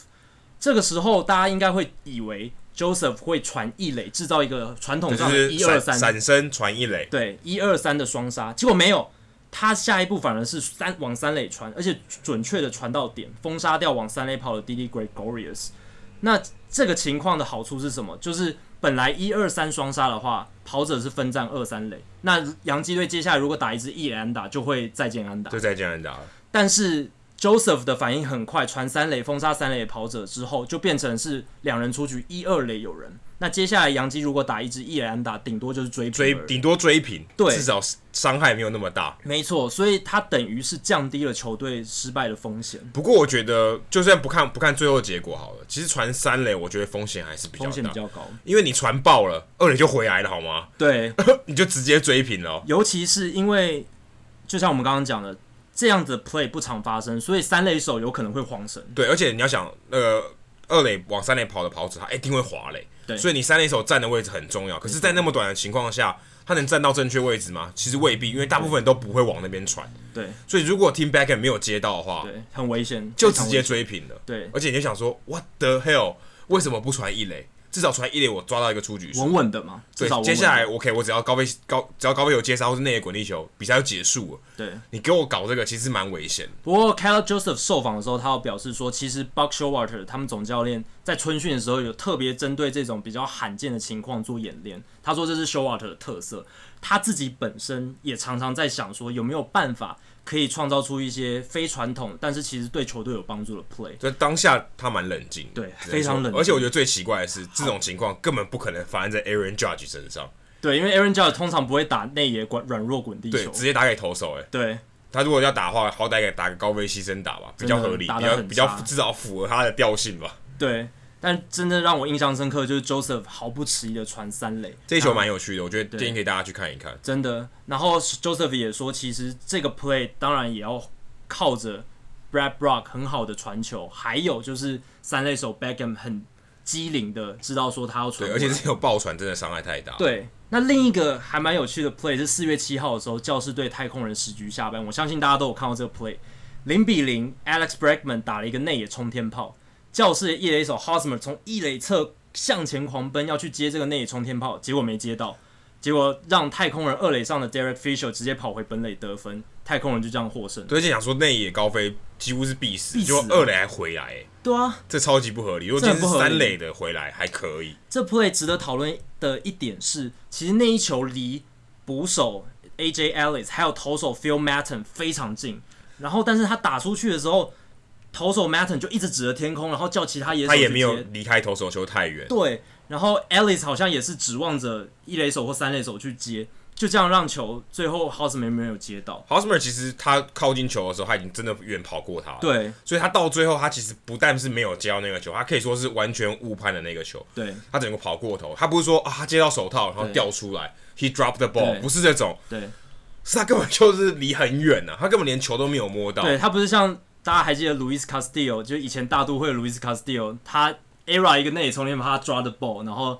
这个时候大家应该会以为 Joseph 会传一垒，制造一个传统上的就是啊一二三闪闪身传一垒，对一二三的双杀，结果没有，他下一步反而是三往三垒传，而且准确的传到点，封杀掉往三垒跑的 D.D. Gregorius。那这个情况的好处是什么？就是本来一二三双杀的话，跑者是分占二三垒，那洋基队接下来如果打一支一垒安打，就会再见安打就。在加拿大。但是 Joseph 的反应很快，传三垒封杀三垒的跑者之后，就变成是两人出局，一二垒有人。那接下来洋基如果打一支一垒安打，顶多就是追平追而已顶多追平，对至少伤害没有那么大。没错，所以他等于是降低了球队失败的风险，不过我觉得，就算不看不看最后结果好了，其实传三垒，我觉得风险还是比较风险比大，较高。因为你传爆了，二垒就回来了，好吗？ 对，你就直接追平了哦。尤其是因为就像我们刚刚讲的，这样子的 play 不常发生，所以三垒手有可能会晃神。对，而且你要想，那个二垒往三垒跑的跑者，他一定会滑垒，对所以你三垒手站的位置很重要。可是，在那么短的情况下，他能站到正确位置吗？其实未必，因为大部分人都不会往那边传。对所以，如果 Team Backen 没有接到的话，对，很危险，就非常直危接险追平了。对而且你就想说，What the hell？为什么不传一垒？至少传一垒，我抓到一个出局数。稳稳的嘛，至对少稳，稳接的下来 OK，我只要高飞高，只要高飞有接杀或是内野滚地球，比赛就结束了。对。你给我搞这个，其实蛮危险的。不过 c a l e Joseph 受访的时候，他有表示说，其实 Buck Showalter 他们总教练在春训的时候有特别针对这种比较罕见的情况做演练。他说这是 Showalter 的特色，他自己本身也常常在想说有没有办法可以创造出一些非传统，但是其实对球队有帮助的 play。所以当下他蛮冷静的，对只能说非常冷静而且我觉得最奇怪的是，这种情况根本不可能发生在 Aaron Judge 身上。对，因为 Aaron Judge 通常不会打内野滚软弱滚地对，球，直接打给投手、哎，对他如果要打的话，好歹给打个高飞牺牲打吧，比较合理，嗯打比得较很比较差至少符合他的调性吧。对。但真正让我印象深刻就是 Joseph 毫不迟疑的传三垒，这一球蛮有趣的，我觉得建议给大家去看一看。真的。然后 Joseph 也说，其实这个 play 当然也要靠着 Brad Brock 很好的传球，还有就是三垒手 Beckham 很机灵的知道说他要传对，过而来，且这有爆传真的伤害太大。，对。那另一个还蛮有趣的 play 是四月七号的时候，教士队太空人十局下半，我相信大家都有看到这个 play，零比零，Alex Bregman 打了一个内野冲天炮，教士的一垒手 Hosmer 从一垒侧向前狂奔要去接这个内野冲天炮，结果没接到，结果让太空人二垒上的 Derek Fisher 直接跑回本垒得分，太空人就这样获胜。对，就想说内野高飞几乎是必死，必死结啊果二垒还回来、哎，对啊，这超级不合理。如果这今很天是不合理三垒的回来还可以，这 play 值得讨论的一点是，其实那一球离捕手 AJ Ellis 还有投手 Phil Maton 非常近，然后但是他打出去的时候，投手 Maton 就一直指着天空，然后叫其他野手他也去没有接离开投手球太远。对，然后 Ellis 好像也是指望着一垒手或三垒手去接，就这样让球最后 Houseman 没有接到。 Hosmer 其实他靠近球的时候，他已经真的远跑过他了。对所以他到最后，他其实不但是没有接到那个球，他可以说是完全误判的那个球。对他整个跑过头，他不是说啊，他接到手套然后对掉出来，he dropped the ball，对不是这种，对是他根本就是离很远呢、啊，他根本连球都没有摸到。对，他不是像大家还记得 Luis Castillo，就以前大都会的 Luis Castillo，他 ERA 一个内野冲天把他抓的 ball，然后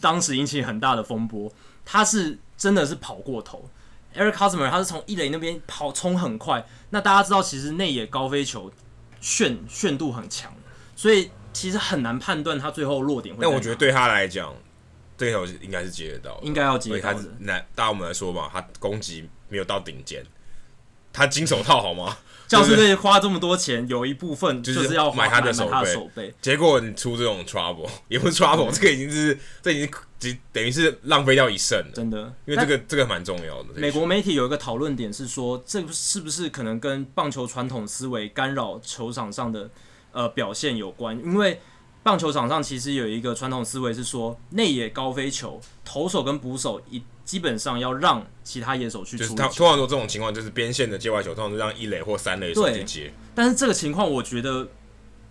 当时引起很大的风波。他是真的是跑过头 Eric Cosmer 他是从一垒那边跑冲很快，那大家知道其实内野高飞球炫炫度很强，所以其实很难判断他最后落点会在但哪。我觉得对他来讲，这条应该是接得到的，应该要接而且到他的是那大我们来说嘛，他攻击没有到顶尖，他金手套好吗？ 教师队花这么多钱，有一部分就是要花买他的买手他的背手背。结果你出这种 trouble，也 不是 trouble，这个已经是这已经只等于是浪费掉一胜了，真的，因为这个这个蛮重要的。这一美国球媒体有一个讨论点是说，这是不是可能跟棒球传统思维干扰球场上的呃表现有关？因为棒球场上其实有一个传统思维是说，内野高飞球，投手跟捕手一基本上要让其他野手去就是处理他球通常说这种情况就是边线的界外球，通常是让一垒或三垒手对去接。但是这个情况，我觉得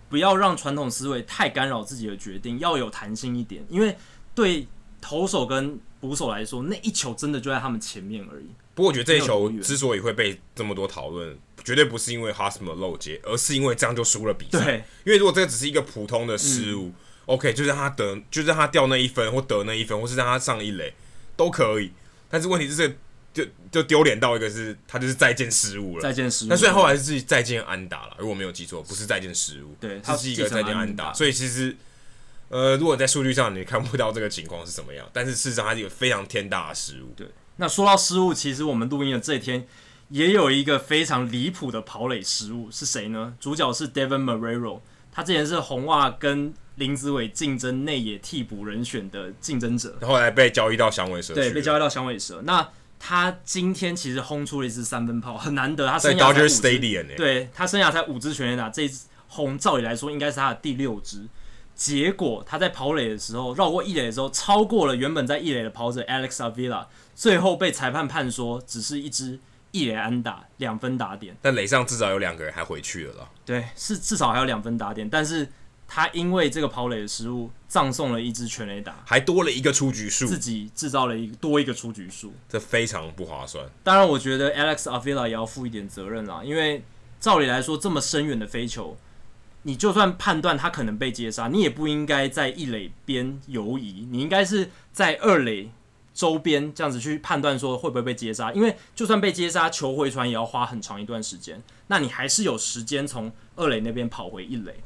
不要让传统思维太干扰自己的决定，要有弹性一点，因为对投手跟捕手来说，那一球真的就在他们前面而已。不过我觉得这没一有球多远之所以会被这么多讨论，绝对不是因为 Hosmer 漏接，而是因为这样就输了比赛。对，嗯因为如果这个只是一个普通的失误、o k 就让他得，就让他掉那一分或得那一分，或是让他上一垒都可以。但是问题就是，就就丢脸到一个是，他就是再见失误了。再见失误。那虽然后来是再见安打了，如果没有记错，不是再见失误，对他它是一个再见安继承安打打。所以其实，呃，如果在数据上你看不到这个情况是什么样，但是事实上它是一个非常天大的失误。对，那说到失误，其实我们录音的这一天也有一个非常离谱的跑垒失误，是谁呢？主角是 Devin Marrero，他之前是红袜跟林子伟竞争内野替补人选的竞争者，然后来被交易到响尾蛇去了，对，被交易到响尾蛇。那他今天其实轰出了一支三分炮，很难得，他在生涯才 Dodger 五支 Stadium 欸呢、对他生涯才五支全垒打，这一支红照理来说应该是他的第六支。结果他在跑垒的时候，绕过一垒的时候，超过了原本在一垒的跑者 Alex Avila，最后被裁判判说只是一支一垒安打，两分打点。但垒上至少有两个人还回去了啦。对，是至少还有两分打点，但是他因为这个跑垒的失误，葬送了一支全垒打，还多了一个出局数自，己制造了一个多一个出局数。这非常不划算。当然，我觉得 Alex Avila 也要负一点责任啦，因为照理来说，这么深远的飞球，你就算判断他可能被接杀，你也不应该在一垒边游移，你应该是在二垒周边这样子去判断说会不会被接杀，因为就算被接杀，球回传也要花很长一段时间，那你还是有时间从二垒那边跑回一垒，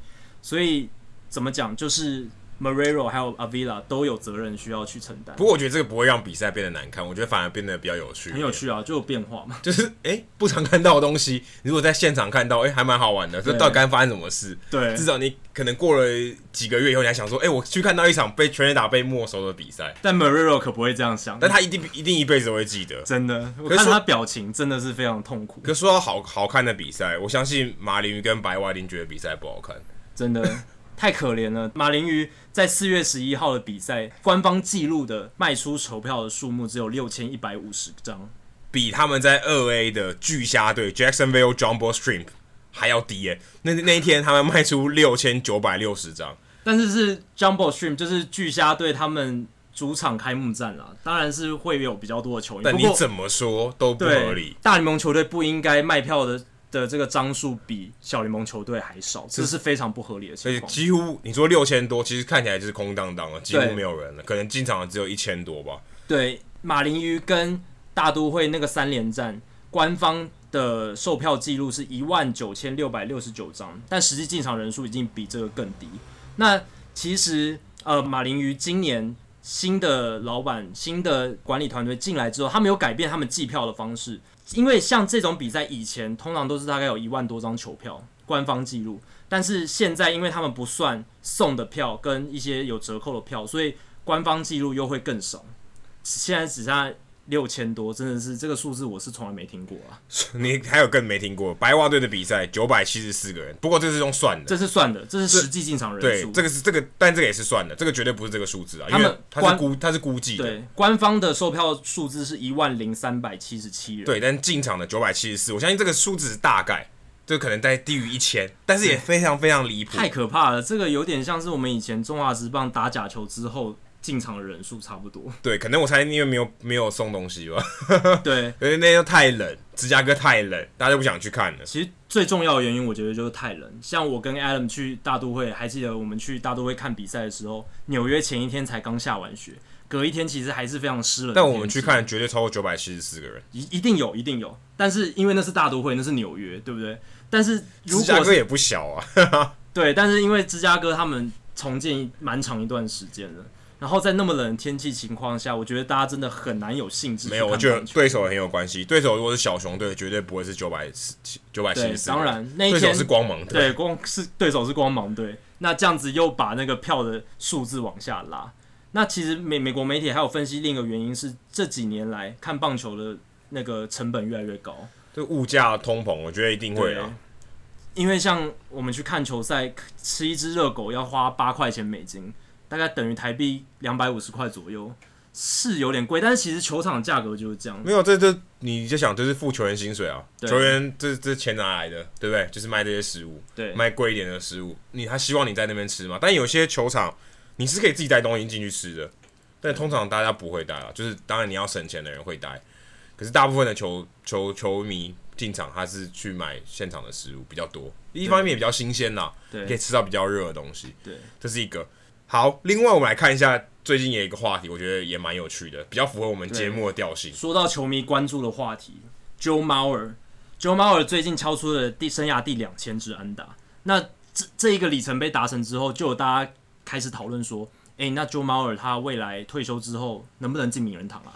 所以怎么讲，就是 Marrero 还有 Avila 都有责任需要去承担不，过我觉得这个不会让比赛变得难看，我觉得反而变得比较有趣，欸很有，趣啊，就有变化嘛。就是哎、诶不常看到的东西，如果在现场看到，哎、还蛮好玩的。这对到底该发生什么事？对至少你可能过了几个月以后，你还想说，哎、我去看到一场被全垒打被没收的比赛，但 Marrero 可不会这样想，但他一定一定一辈子都会记得。真的，我可是看说他表情真的是非常痛苦，可说到好好看的比赛，我相信马林鱼跟白袜林觉得比赛不好看，真的太可怜了。马林鱼在四月十一号的比赛，官方记录的卖出球票的数目只有六千一百五十张，比他们在二 A 的巨虾队 Jacksonville Jumbo Shrimp 还要低耶、那那一天他们卖出六千九百六十张，但是是 Jumbo Stream，就是巨虾队他们主场开幕战啦，当然是会有比较多的球员。但不你过怎么说都不合对理。大联盟球队不应该卖票的的这个张数比小联盟球队还少，这是非常不合理的所以情况。几乎你说六千多，其实看起来就是空荡荡了，几对乎没有人了，可能进场的只有一千多吧。对，马林鱼跟大都会那个三连战，官方的售票记录是一万九千六百六十九张，但实际进场人数已经比这个更低。那其实呃，马林鱼今年新的老板、新的管理团队进来之后，他们有改变他们计票的方式，因为像这种比赛以前通常都是大概有一万多张球票，官方记录。但是现在，因为他们不算送的票跟一些有折扣的票，所以官方记录又会更少。现在只剩下六千多，真的是这个数字我是从来没听过啊。 你还有更没听过白袜队的比赛，九百七十四个人，不过这是用算的。这是算的，这是实际进场人对数，。这个是这个，但这个也是算的，这个绝对不是这个数字啊，因他们为它关是估它是估计的，对，官方的售票数字是一万零三百七十七人。对，但进场的九百七十四，我相信这个数字是大概，就可能在低于一千，但是也非常非常离谱。太可怕了，这个有点像是我们以前中华职棒打假球之后进场的人数差不 多。对，可能我猜因为没有没有送东西吧， 对，因为那天又太冷，芝加哥太冷，大家就不想去看了。其实最重要的原因，我觉得就是太冷。像我跟 Adam 去大都会，还记得我们去大都会看比赛的时候，纽约前一天才刚下完雪，隔一天其实还是非常湿冷的天但气。我们去看绝对超过九百七十四个人，一一定有，一定有，但是因为那是大都会，那是纽约，对不对？但是如芝加果哥是也不小 啊。对，但是因为芝加哥他们重建蛮长一段时间了，然后在那么冷的天气情况下，我觉得大家真的很难有兴致去没有，我看觉得棒球对手很有关系。对手如果是小熊队，绝对不会是九百七九百七对十，四。当，然那一对手天是光芒队。对光是对手是光芒队，那这样子又把那个票的数字往下拉。那其实美美国媒体还有分析另一个原因是这几年来看棒球的那个成本越来越高。这物价通膨，我觉得一定会对啊。因为像我们去看球赛，吃一只热狗要花八块钱美金，大概等于台币两百五十块左右，是有点贵。但是其实球场的价格就是这样，没有，这这你就想，就是付球员薪水啊，对球员这这钱哪来的，对不对？就是卖这些食物，对卖贵一点的食物，你还希望你在那边吃吗？但有些球场你是可以自己带东西进去吃的，但通常大家不会带啊，就是当然你要省钱的人会带，可是大部分的球球球迷进场他是去买现场的食物比较多，一方面也比较新鲜啦，可以对吃到比较热的东西，对，这是一个。好，另外我们来看一下最近有一个话题，我觉得也蛮有趣的，比较符合我们节目的调性。说到球迷关注的话题，Joe Mauer，Joe Mauer 最近敲出了第生涯第两千支安打。那这这一个里程碑达成之后，就有大家开始讨论说，诶、那 Joe Mauer 他未来退休之后能不能进名人堂啊？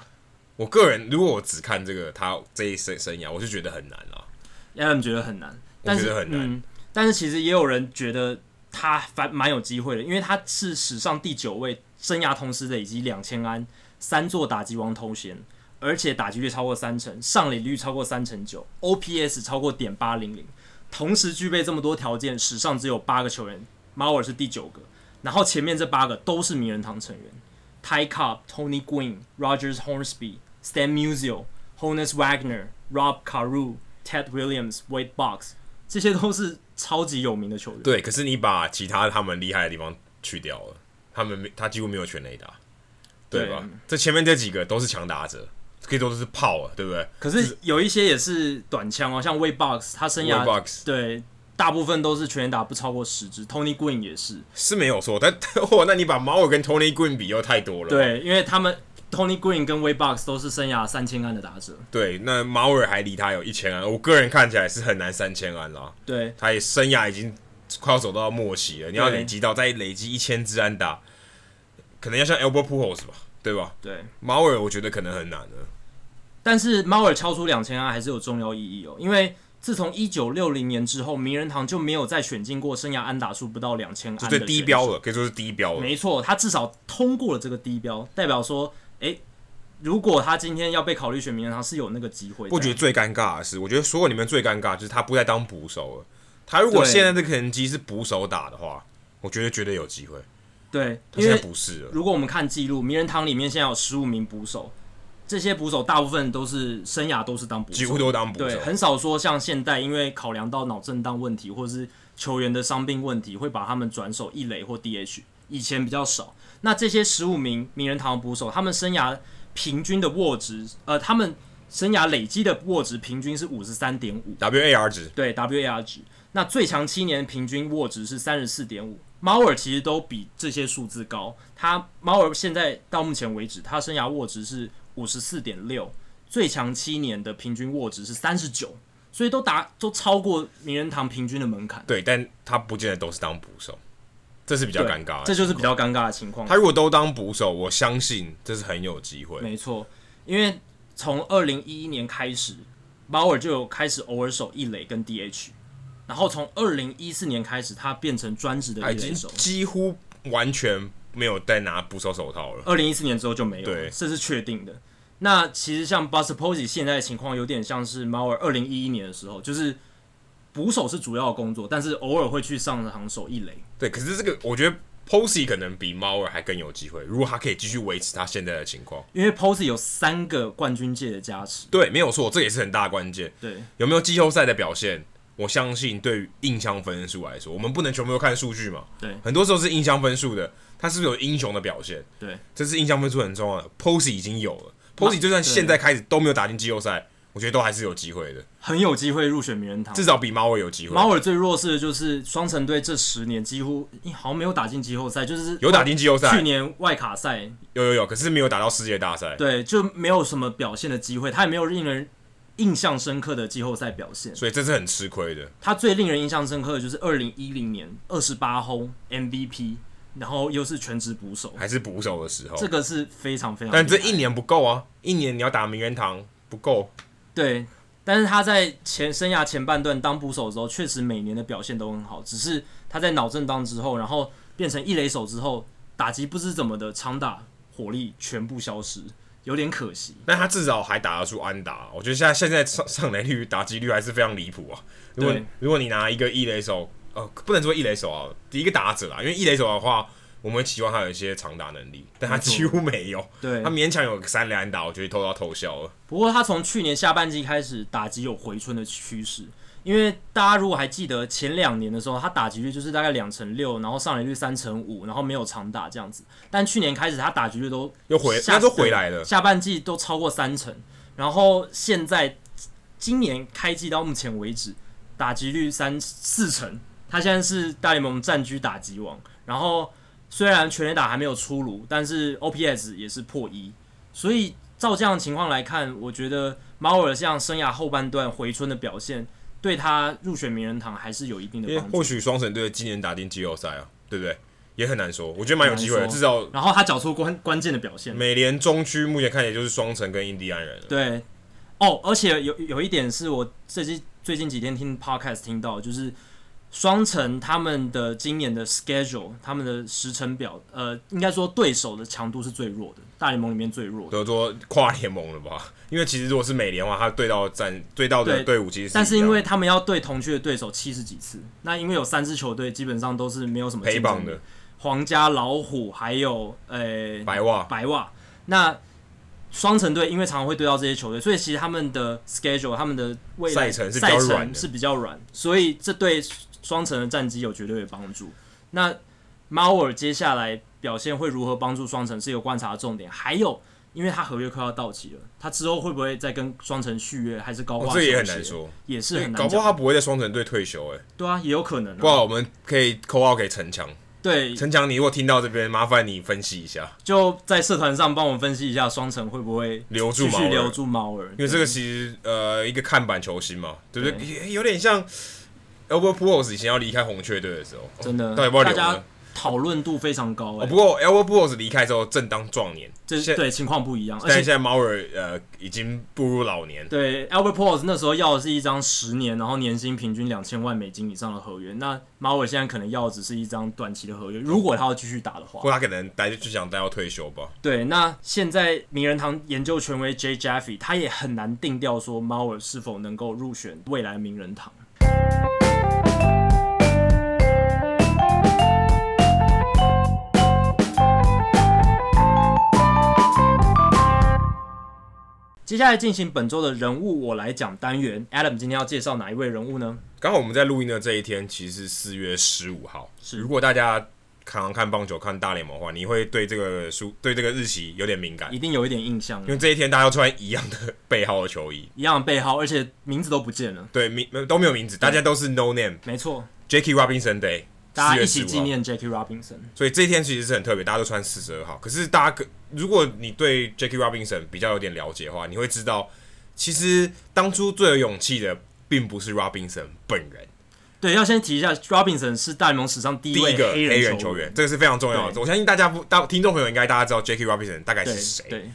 我个人如果我只看这个他这一生生涯，我是觉得很难啊。 Adam 觉得很难，但是觉得很难嗯。但是其实也有人觉得他反蛮有机会的，因为他是史上第九位生涯同时累积两千安、三座打击王头衔，而且打击率超过三成，上垒率超过三成九，OPS 超过点八零零，同时具备这么多条件，史上只有八个球员，猫尔是第九个，然后前面这八个都是名人堂成员，Ty Cobb、Tony Gwynn、Rogers Hornsby、Stan Musial、Honus Wagner、Rob Carew、Ted Williams、Wade Box，这些都是超级有名的球员。对，可是你把其他他们厉害的地方去掉了，他们没他几乎没有全垒打，对吧？这前面这几个都是强打者，可以说都是炮啊了，对不对可是有一些也是短枪哦，像 Wade Box，他生涯 Wade Boggs 对大部分都是全垒打不超过十支，Tony Gwynn 也是。是没有错，但 哇，那你把猫跟 Tony Green 比又太多了。对，因为他们 Tony Green 跟 Way Box 都是生涯三千安的打者，对，那猫尔还离他有一千安，我个人看起来是很难三千安啦。对他也生涯已经快要走到末期了，你要对累积到再累积一千支安打，可能要像 Albert Pujols 吧，对吧？对。猫尔我觉得可能很难了。但是猫耳敲出两千安啊还是有重要意义哦，因为自从一九六零年之后，名人堂就没有再选进过生涯安打数不到两千安的最选低手标了，可以说是低标了。没错，他至少通过了这个低标，代表说，诶，如果他今天要被考虑选名人堂，是有那个机会在。我觉得最尴尬的是，我觉得所有里面最尴尬就是他不再当捕手了。他如果现在这个成绩是捕手打的话，我觉得绝对有机会。对，他因现为在不是了，如果我们看记录，名人堂里面现在有十五名捕手，这些捕手大部分都是生涯都是当捕手，几乎都当捕对，手。很少说像现代，因为考量到脑震荡问题或是球员的伤病问题，会把他们转手一垒或 DH。以前比较少。那这些十五名名人堂捕手，他们生涯平均的握值，呃，他们生涯累积的握值平均是五十三点五， WAR 值对 WAR 值。那最强七年平均握值是三十四点五。猫儿其实都比这些数字高，他猫儿现在到目前为止，他生涯握值是五十四点六，最强七年的平均握值是三十九，所以都达都超过名人堂平均的门槛，对，但他不见得都是当捕手，这是比较对尴尬的。这就是比较尴尬的情况他。如果都当捕手，我相信这是很有机会。没错，因为从二零一一年开始，鲍尔就有开始偶尔守一垒跟 DH，然后从二零一四年开始，他变成专职的他一已经垒手。几乎完全没有再拿捕手手套了。二零一四年之后就没有了，对这是确定的。那其实像 Buster Posey 现在的情况有点像是猫儿二零一一年的时候，就是捕手是主要的工作，但是偶尔会去上场守一垒。对，可是这个我觉得 Posey 可能比猫儿还更有机会，如果他可以继续维持他现在的情况。因为 Posey 有三个冠军界的加持，对，没有错，这也是很大的关键。对有没有季后赛的表现，我相信对于印象分数来说，我们不能全部都看数据嘛。对很多时候是印象分数的，他是不是有英雄的表现？对这是印象分数很重要的。Posey 已经有了，Posey 就算现在开始都没有打进季后赛，我觉得都还是有机会的，很有机会入选名人堂。至少比猫尾有机会。马尔最弱势的就是双城队这十年几乎好像没有打进季后赛，就是有打进季后赛去年外卡赛有有有，可是没有打到世界大赛，对就没有什么表现的机会，他也没有令人印象深刻的季后赛表现。所以这是很吃亏的。他最令人印象深刻的就是二零一零年二十八轰 MVP，然后又是全职捕手，还是捕手的时候这，个是非常非常厉害。但这一年不够啊，一年你要打名人堂不够，对，但是他在前生涯前半段当捕手的时候，确实每年的表现都很好，只是他在脑震荡之后，然后变成一垒手之后，打击不知怎么的长打火力全部消失，有点可惜。但他至少还打得出安打。我觉得现在现在上上垒率、打击率还是非常离谱啊。如果对如果你拿一个一垒手，呃，不能说一垒手啊，一个打者啊，因为一垒手的话，我们会期望他有一些长打能力，但他没错几乎没有，对他，勉强有个三垒安打，我觉得偷到偷笑了。不过他从去年下半季开始打击有回春的趋势，因为大家如果还记得前两年的时候，他打击率就是大概两成六，然后上垒率三成五，然后没有长打这样子。但去年开始他打击率都又回，下他都回来了对。下半季都超过三成，然后现在今年开季到目前为止，打击率三四成，他现在是大联盟占据打击王。然后虽然全垒打还没有出炉，但是 OPS 也是破一，所以照这样的情况来看，我觉得马尔像生涯后半段回春的表现，对他入选名人堂还是有一定因的为帮助或。许双城队今年打进季后赛啊，对不对？也很难说，我觉得蛮有机会很的。难说至少然后他缴出关关键的表现，美联中区目前看起来就是双城跟印第安人了。对，哦，而且有有一点是我最近最近几天听 podcast 听到，就是双城他们的今年的 schedule，他们的时程表，呃，应该说对手的强度是最弱的，大联盟里面最弱的。德州跨联盟了吧？ 因为其实如果是美联的话，他对到战对到的对队伍其实但是是一样因为他们要对同区的对手七十几次，那因为有三支球队基本上都是没有什么黑竞争棒力的，皇家老虎还有呃白袜，白袜。那双城队因为常常会对到这些球队，所以其实他们的 schedule、他们的未来赛程是比较赛软的程是比较软，所以这对双城的战绩有绝对的帮助。那 Mauer 接下来表现会如何帮助双城是一个观察的重点，还有。因为他合约快要到期了，他之后会不会再跟双城续约，还是高哦挂、这也很难，说，也是很搞难不讲。好他不会在双城队退休哎、对啊，也有可能、不啊。好，我们可以扣号给陈强，对，陈强，你如果听到这边，麻烦你分析一下，就在社团上帮我们分析一下双城会不会留住继毛续尔，留住猫儿，因为这对个其实呃一个看板球星嘛，对不对？对也有点像 Albert Pujols 以前要离开红雀队的时候，真的，到底要不要大留呢家讨论度非常高、哦，哎、不过 Albert Pujols 离开之后正当壮年，这现对情况不一样，但而现且在 Mauer 呃已经步入老年，对 Albert p o r s 那时候要的是一张十年，然后年薪平均两千万美金以上的合约，那马尔现在可能要的只是一张短期的合约，如果他要继续打的话或，他可能待就想待到退休吧。对，那现在名人堂研究权威 J. Jaffe 他也很难定调说 Mauer 是否能够入选未来名人堂。接下来进行本周的人物我来讲单元，Adam 今天要介绍哪一位人物呢？刚好我们在录音的这一天，其实是四月十五号。是如果大家常常看棒球、看大联盟的话，你会对这个书、对这个日期有点敏感，一因定有一点印象，为这一天大家要穿一样的 背号的球衣，一样的背号，而且名字都不见了。对名都没有名字，大家都是 no name。没错， Jackie Robinson Day，大四家一月起十纪五号，念 Jackie Robinson。所以这一天其实是很特别，大家都穿四十二号。可是大家可如果你对 Jackie Robinson 比较有点了解的话，你会知道，其实当初最有勇气的并不是 Robinson 本人。对，要先提一下，Robinson 是大联盟史上第一第位一个黑黑人球球员，，这个是非常重要的。对我相信大家不，大听众朋友应该大家知道 Jackie Robinson 大概对是谁。对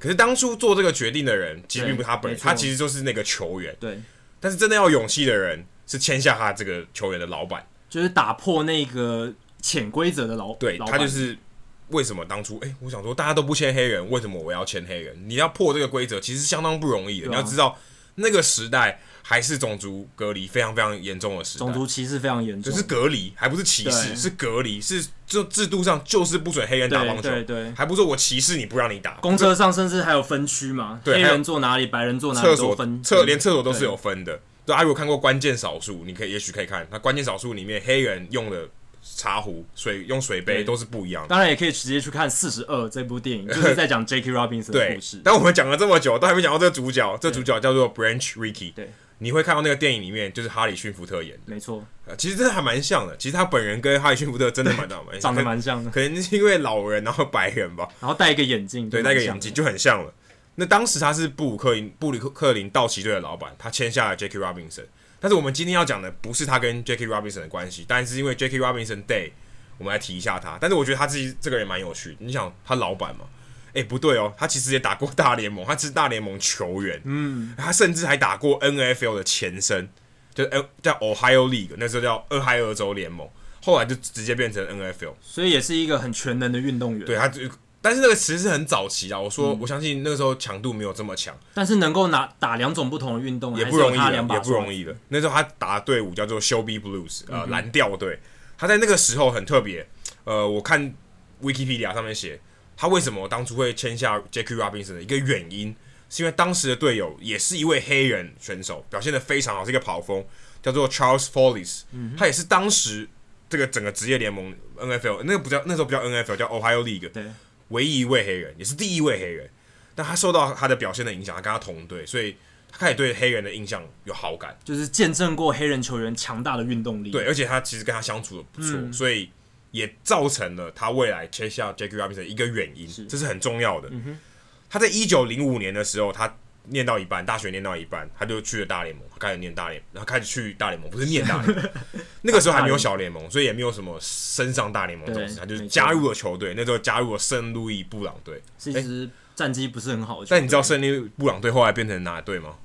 可是当初做这个决定的人，其实对并不是他本人，没错他其实就是那个球员。对，但是真的要有勇气的人，是签下他这个球员的老板。就是打破那个潜规则的老对老他就板是为什么当初，哎、我想说大家都不签黑人，为什么我要签黑人？你要破这个规则，其实相当不容易的。对啊你要知道，那个时代还是种族隔离非常非常严重的时代种。族歧视非常严只重，是隔离，还不是歧视，对是隔离，是就制度上就是不准黑人打棒对球。对对，还不是我歧视你不让你打，公车上甚至还有分区嘛，对黑还有人坐哪里，白人坐哪厕里都所分，厕分连厕所都是有分的。对，阿、啊、如果看过《关键少数》，你可以也许可以看，那《关键少数》里面黑人用的茶壶、水用水杯对都是不一样的。当然也可以直接去看《四十二》这部 电影，就是在讲 J.K. Robinson 的对故事，。但我们讲了这么久，都还没讲到这个主角，这主角叫做 Branch Ricky。对，你会看到那个电影里面就是哈里逊福特演的，没错，呃其实真的还蛮像的。其实他本人跟哈里逊福特真的蛮 大蛮像长得蛮 像的，可能是因为老人然后白人吧，然后戴一个眼镜，对，就戴蛮个像的眼镜，就很像了。那当时他是布鲁克林布鲁克林道奇队的老板，他签下了 Jackie Robinson。但是我们今天要讲的不是他跟 Jackie Robinson 的关系，但是因为 Jackie Robinson Day，我们来提一下他。但是我觉得他自己这个人蛮有趣的，你想他老板嘛？哎、不对哦，他其实也打过大联盟，他是大联盟球员，嗯，他甚至还打过 NFL 的前身，就是呃叫 Ohio League，那时候叫俄亥俄州联盟，后来就直接变成 NFL。所以也是一个很全能的运动员。对他就，但是那个词是很早期啊。我说，我相信那个时候强度没有这么强，但是能够拿打两种不同的运动，也不容易还是有的他两，把也不容刷易的。那时候他打的队伍叫做 Shelby Blues，呃，嗯蓝调队。他在那个时候很特别，呃，我看 Wikipedia 上面写，他为什么当初会签下 Jackie Robinson 的一个原因，是因为当时的队友也是一位黑人选手，表现的非常好，是一个跑锋，叫做 Charles Follis，、嗯他也是当时这个整个职业联盟 NFL 那个不叫那时候不叫 NFL，叫 Ohio League，对，唯一一位黑人，也是第一位黑人。但他受到他的表现的影响，他跟他同队，所以他开始对黑人的印象有好感。就是见证过黑人球员强大的运动力。对，，而且他其实跟他相处的不错，嗯所以也造成了他未来签下 Jackie Robinson 一个原因，这是很重要嗯的。他在一九零五年的时候，他念到一半，大学念到一半，他就去了大联盟，开始念大联，然后开始去大联盟，不是念大 联盟，那个时候还没有小联盟，所以也没有什么升上大联盟的东西，对他就是没错加入了球队，那时候加入了圣路易布朗队。其实战绩不是很好的球队。哎但你知道胜利布朗队后来变成哪队吗？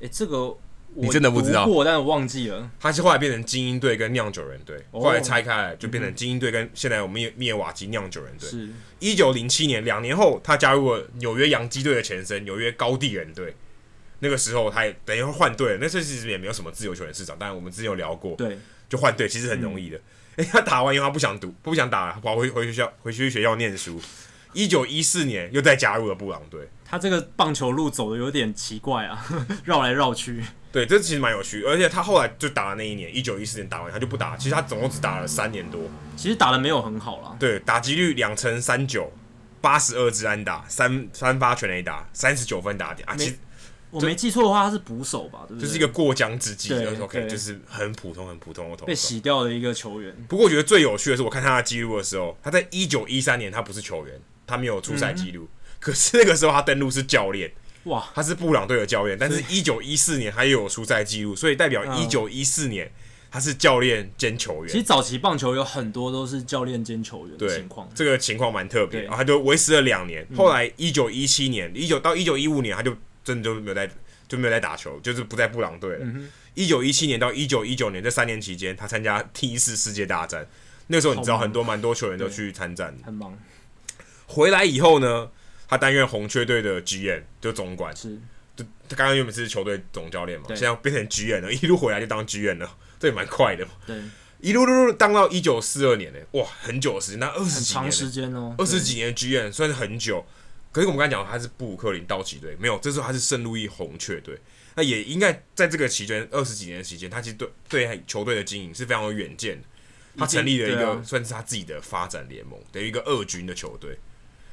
诶，这个我你真的不知道读过，但我忘记了。他是后来变成精英队跟酿酒人队，哦后来拆开来就变成精英队跟现在我们灭灭瓦基酿酒人队。是，一九零七年，两年后他加入了纽约洋基队的前身纽约高地人队。那个时候他也等于换队了，那时候其实也没有什么自由球员市场，当然我们之前有聊过，对，嗯就换队其实很容易的。哎、他打完以后他不想读，不想打了，跑回回学校回去学校念书。一九一四年又再加入了布朗队，他这个棒球路走的有点奇怪啊， 绕来绕去。对，这其实蛮有趣，而且他后来就打了那一年，一九一四年打完他就不打，其实他总共只打了三年多，其实打的没有很好啦，对，打击率两成三九，八十二支安打，三三发全垒打，三十九分打点啊，没其实我没记错的话，他是捕手吧？对不对？就是一个过江之鲫对就是，OK，对就是很普通很普通的投被手。洗掉的一个球员。不过我觉得最有趣的是，我看他的记录的时候，他在一九一三年他不是球员，他没有出赛记嗯录，可是那个时候他登录是教练，哇，他是布朗队的教练，但是一九一四年他也有出赛记录，所以代表嗯一九一四年他是教练兼球员。其实早期棒球有很多都是教练兼球员的对情况。这个情况蛮特对别，嗯然后他就维持了两年，后来一九一七年、一九到一九一五年，他就真的就没有在就没有在打球，就是不在布朗队嗯了。一九一七年到一九一九年这三年期间，他参加第一次世界大战，那时候你知道好忙很多蛮多球员都对去参战的。很忙，回来以后呢，他担任红雀队的 GM，就总管，是就他刚刚原本是球队总教练嘛，对现在变成 GM 了，一路回来就当 GM 了，这也蛮快的嘛。对，一路路路当到一九四二年呢、哇，很久的时间，那二十很长几年、欸，时间哦，二十对几年的 GM 算是很久。可是我们刚才讲，他是布鲁克林道奇队，没有，这时候他是圣路易红雀队。那也应该在这个期间，二十几年的期间，他其实对对球队的经营是非常有远见的。他成立了一对个啊算是他自己的发展联盟，等于一个二军的球队。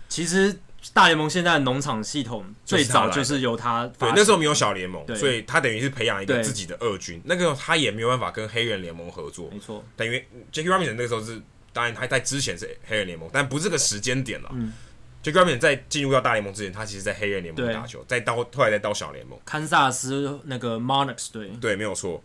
其实大联盟现在的农场系统最早就是由他发对，起，那时候没有小联盟，对所以他等于是培养一个对自己的二军。那个时候他也没有办法跟黑人联盟合作，没错，等于 Jackie Robinson 那个时候是，当然他在之前是黑人联盟，但不是这个时间点了。Jackie Robinson 在进入到大联盟之前，他其实在黑人联盟对打球，再到后来再到小联盟，堪萨斯那个 Monarchs 队，对，没有错。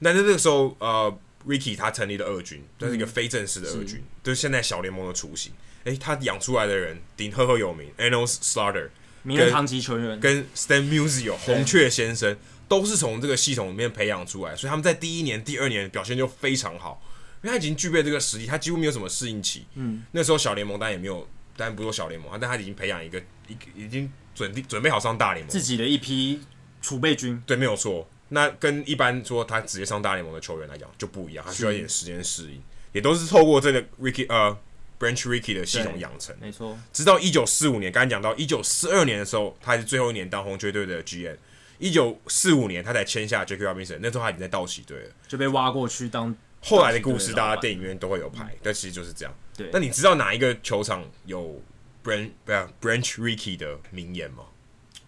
但是这个时候，呃，Ricky 他成立了二军，这是一个非正式的二军，就是现在小联盟的雏形。诶，他养出来的人鼎赫赫有名 a n o s Slaughter 名人堂级球员，跟 Stan Musial 红雀先生都是从这个系统里面培养出来，所以他们在第一年、第二年的表现就非常好，因为他已经具备这个实力，他几乎没有什么适应期。嗯，那时候小联盟当然也没有，当然不是说小联盟，但他已经培养一个一个已经准地准备好上大联盟，自己的一批储备军，对，没有错。那跟一般说他直接上大联盟的球员来讲就不一样，他需要一点时间适应，也都是透过这个 Ricky 呃 Branch Ricky 的系统对养成。没错，直到一九四五年，刚才讲到一九四二年的时候，他是最后一年当红雀队的 GM。一九四五年，他才签下 Jackie Robinson，那时候他已经在道奇队了。就被挖过去当后来的故事，大家电影院都会有嗯拍，但其实就是这样。对那你知道哪一个球场有 Branch 不要 Branch Ricky 的名言吗？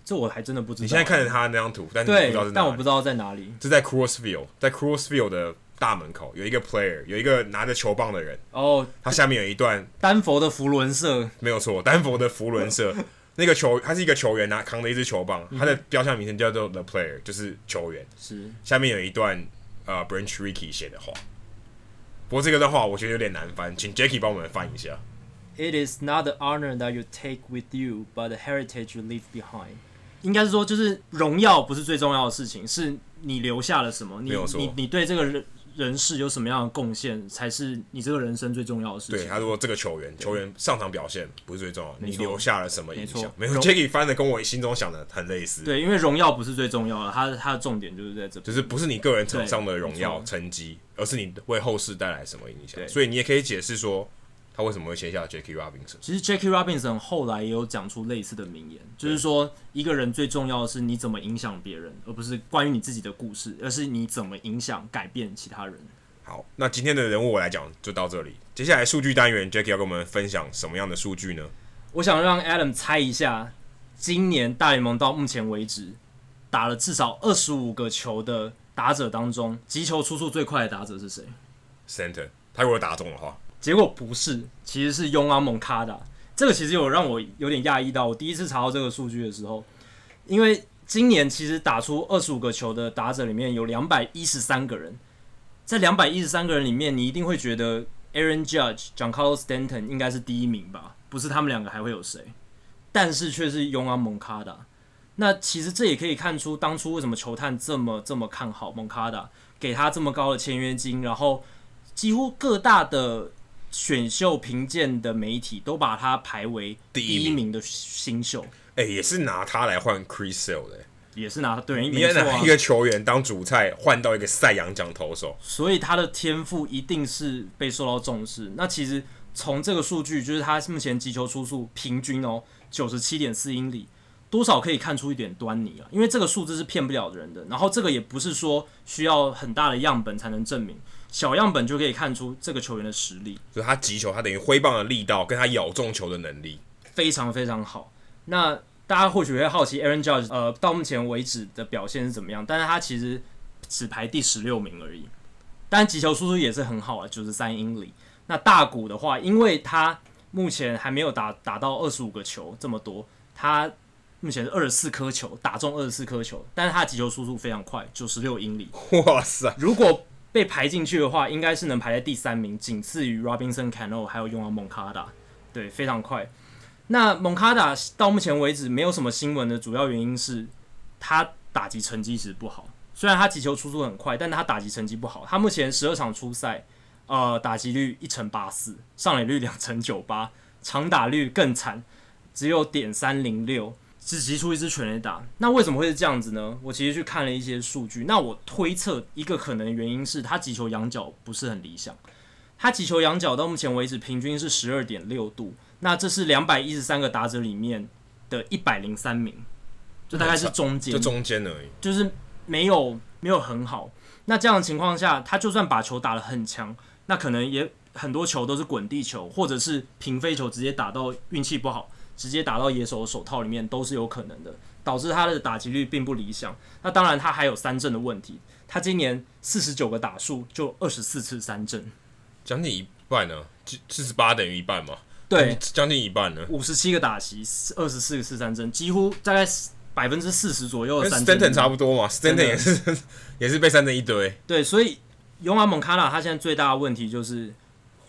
这我还真的不知道。你现在看着他那张图，但你不对知道是，哪但我里不。知道在哪里。这在 Crossfield，在 Crossfield 的大门口有一个 player，有一个拿着球棒的人，哦，他下面有一段丹佛的福伦社，没有错，丹佛的福伦 社那个球，他是一个球员拿扛着一支球棒，嗯他的标象名称叫做 The Player，就是球员。是下面有一段呃 Branch Ricky 写的话，不过这个的话我觉得有点难翻，请 Jackie 帮我们翻一下。 It is not the honor that you take with you, but the heritage you leave behind。应该是说，就是荣耀不是最重要的事情，是你留下了什么，你没有错你你对这个人人世有什么样的贡献，才是你这个人生最重要的事对，情。他说这个球员球员上场表现不是最重要，没你错留下了什么影没响错？没有荣，Jackie 翻的跟我心中想的很类似。对，因为荣耀不是最重要的，它它的重点就是在这就边。是不是你个人场上的荣对没耀错成绩，而是你为后世带来什么影响。对所以你也可以解释说，他为什么会签下 Jackie Robinson。其实 Jackie Robinson 后来也有讲出类似的名言，就是说一个人最重要的是你怎么影响别人，而不是关于你自己的故事，而是你怎么影响改变其他人。好，那今天的人物我来讲就到这里。接下来数据单元，Jackie 要跟我们分享什么样的数据呢？我想让 Adam 猜一下，今年大联盟到目前为止打了至少二十五个球的打者当中，击球出速最快的打者是谁？ Center，他如果打中的话，结果不是，其实是 y o n a m o n c a d a 这个其实有让我有点讶异到，我第一次查到这个数据的时候，因为今年其实打出二十五个球的打者里面有两百一十三个人，在两百一十三个人里面，你一定会觉得 Aaron Judge、Giancarlo Stanton 应该是第一名吧？不是他们两个还会有谁？但是却是 y o n a m o n c a d a 那其实这也可以看出当初为什么球探这么这么看好 m o n c a d a 给他这么高的签约金，然后几乎各大的选秀评鉴的媒体都把他排为第一第一名名的新秀，哎、也是拿他来换 Chris Sale 的、也是拿对，你没要错拿啊一。个球员当主菜，换到一个赛扬奖投手，所以他的天赋一定是被受到重视。那其实从这个数据，就是他目前击球出速平均哦九十七点四英里，多少可以看出一点端倪啊。因为这个数字是骗不了人的，然后这个也不是说需要很大的样本才能证明，小样本就可以看出这个球员的实力。就是他击球，他等于挥棒的力道跟他咬中球的能力。 非常非常好。那大家或许会好奇 Aaron Judge 呃到目前为止的表现是怎么样，但是他其实只排第十六名而已。但击球速度也是很好啊，九十三英里。那大谷的话，因为他目前还没有打打到二十五个球这么多，他目前是二十四颗球打中二十四颗球，但是他的击球速度非常快，九十六英里。哇塞，如果被排进去的话，应该是能排在第三名，仅次于 Robinson Cano 还有用到蒙卡达，对，非常快。那蒙卡达到目前为止没有什么新闻的主要原因是他打击成绩其实不好，虽然他击球出速很快，但他打击成绩不好。他目前十二场初赛，呃，打击率一成八四，上垒率两成九八，长打率更惨，只有点三零六，只击出一支全垒打。那为什么会是这样子呢？我其实去看了一些数据，那我推测一个可能的原因是他击球仰角不是很理想。他击球仰角到目前为止平均是十二点六度，那这是两百一十三个打者里面的一百零三名，就大概是中间就，中间而已。就是没有没有很好。那这样的情况下，他就算把球打得很强，那可能也很多球都是滚地球，或者是平飞球，直接打到运气不好，直接打到野手的手套里面都是有可能的，导致他的打击率并不理想。那当然，他还有三振的问题。他今年四十九个打数，就二十四次三振，将近一半呢、啊，四十八等于一半嘛？对，将近一半呢。五十七个打席，二十四个次三振，几乎大概百分之四十左右的跟三振率。 Stanton 差不多嘛，Stanton 的也是 也是被三振一堆，对，所以尤马蒙卡拉他现在最大的问题就是，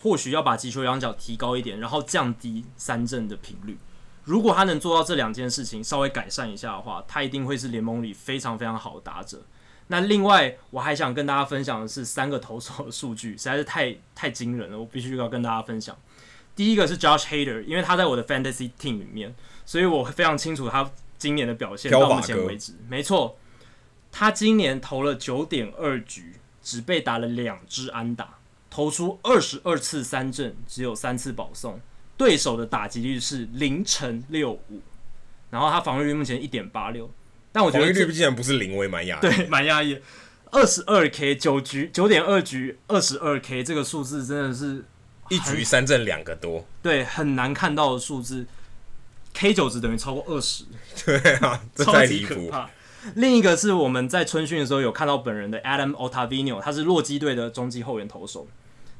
或许要把击球仰角提高一点，然后降低三振的频率。如果他能做到这两件事情，稍微改善一下的话，他一定会是联盟里非常非常好的打者。那另外，我还想跟大家分享的是三个投手的数据，实在是太太惊人了，我必须要跟大家分享。第一个是 Josh Hader，因为他在我的 Fantasy Team 里面，所以我非常清楚他今年的表现飘到目法前哥为止。没错，他今年投了九点二局，只被打了两支安打，投出二十二次三振，只有三次保送。对手的打击率是零乘六五，然后他防御率目前一点八六，但我觉防得御这率竟然不是零，我也蛮讶异。对，蛮压抑的。二十二 K 九局九点二局二十二 K 这个数字真的是一局三振两个多，对很难看到的数字，K 九值等于超过二十， 对啊，这超太级离可谱。怕。另一个是我们在春训的时候有看到本人的 Adam Ottavino，他是洛基队的中继后援投手，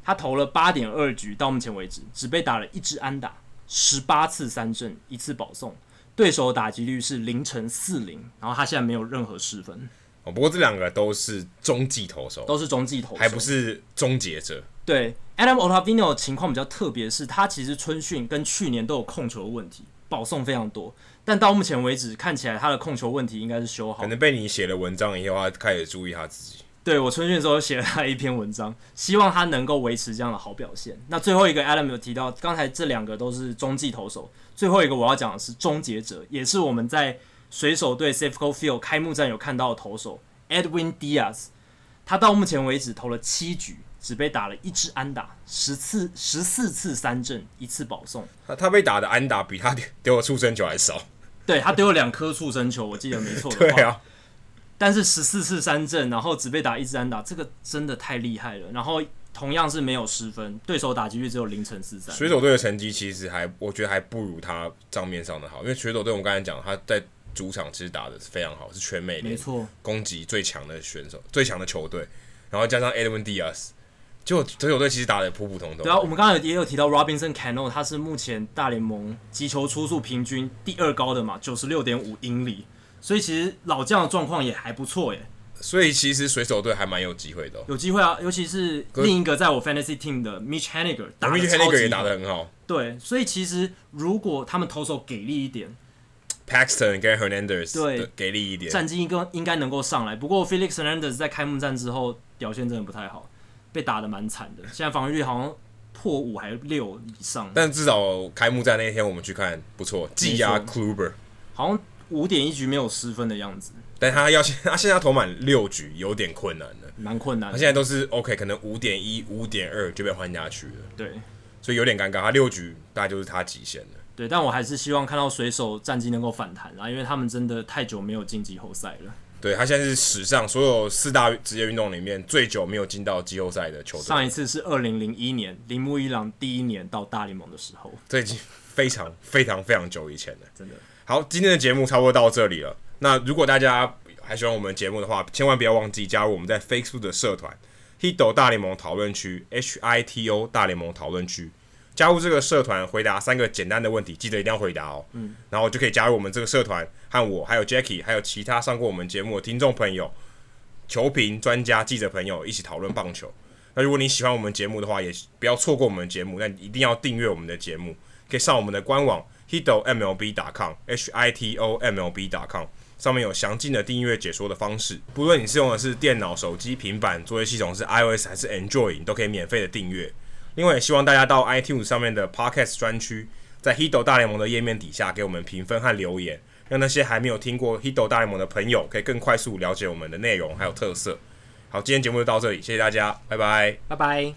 他投了八点二局，到目前为止只被打了一支安打，十八次三振，一次保送，对手的打击率是凌晨四零，然后他现在没有任何失分，哦，不过这两个都是中继投手，都是中继投手，还不是终结者。对 Adam Ottavino 的情况比较特别，是他其实春训跟去年都有控球问题，保送非常多，但到目前为止看起来他的控球问题应该是修好可。能被你写了文章以后，他开始注意他自己。对我春训的时候写了他一篇文章，希望他能够维持这样的好表现。那最后一个 Adam 有提到，刚才这两个都是中继投手，最后一个我要讲的是终结者，也是我们在水手队 Safeco Field 开幕战有看到的投手 Edwin Diaz，他到目前为止投了七局，只被打了一支安打，十次十四次三振，一次保送。他他被打的安打比他丢丢的触身球还少。 对他丢了两颗触身球，我记得没错的话。对啊，但是十四次三振，然后只被打一支安打，这个真的太厉害了。然后同样是没有失分，对手打击率只有凌晨四三。水手队的成绩其实还，我觉得还不如他账面上的好，因为水手队我们刚才讲，他在主场其实打的是非常好，是全美没联错，攻击最强的选手、最强的球队，然后加上 Edwin Diaz，就水手队其实打的普普通通。对啊，我们刚刚有也有提到 Robinson Cano，他是目前大联盟击球出速平均第二高的嘛，九十六点五英里，所以其实老将的状况也还不错耶，所以其实水手队还蛮有机会的、哦。有机会啊。尤其是可是另一个在我 Fantasy Team 的 Mitch Haniger 打 m 的 i c h 超 Henniger 级也打好得很好对，所以其实如果他们投手给力一点， ，Paxton 跟 Hernandez 对的给力一点，战绩应该应该能够上来。不过 Felix Hernandez 在开幕战之后表现真的不太好，被打得蛮惨的。现在防御率好像破五还六以上，但至少开幕战那一天我们去看不错，技压 Kluber，好像五点一局没有失分的样子，但他要现 他现在要投满六局有点困难了，蛮困难他的。现在都是 OK，可能五点一、五点二就被换下去了，对所以有点尴尬。他六局大概就是他极限了。对，但我还是希望看到水手战绩能够反弹啊啦，因为他们真的太久没有晋级后赛了。对他现在是史上所有四大职业运动里面最久没有进到季后赛的球队，上一次是二零零一年铃木一朗第一年到大联盟的时候，这已经非常非常非常久以前了。真的好，今天的节目差不多到这里了。那如果大家还喜欢我们节目的话，千万不要忘记加入我们在 Facebook 的社团 Hito 大联盟讨论区 H I T O 大联盟讨论区。加入这个社团，回答三个简单的问题，记得一定要回答哦。嗯，然后就可以加入我们这个社团，和我还有 Jackie，还有其他上过我们节目的听众朋友、球评专家、记者朋友一起讨论棒球。那如果你喜欢我们节目的话，也不要错过我们的节目，但一定要订阅我们的节目，可以上我们的官网 hito mlb com h i t o m l b com，上面有详尽的订阅解说的方式。不论你是用的是电脑、手机、平板，作业系统是 iOS 还是 Android，你都可以免费的订阅。另外，也希望大家到 iTunes 上面的 Podcast 专区，在 Hito 大联盟的页面底下给我们评分和留言，让那些还没有听过 Hito 大联盟的朋友可以更快速了解我们的内容还有特色。好，今天节目就到这里，谢谢大家，拜拜。拜拜。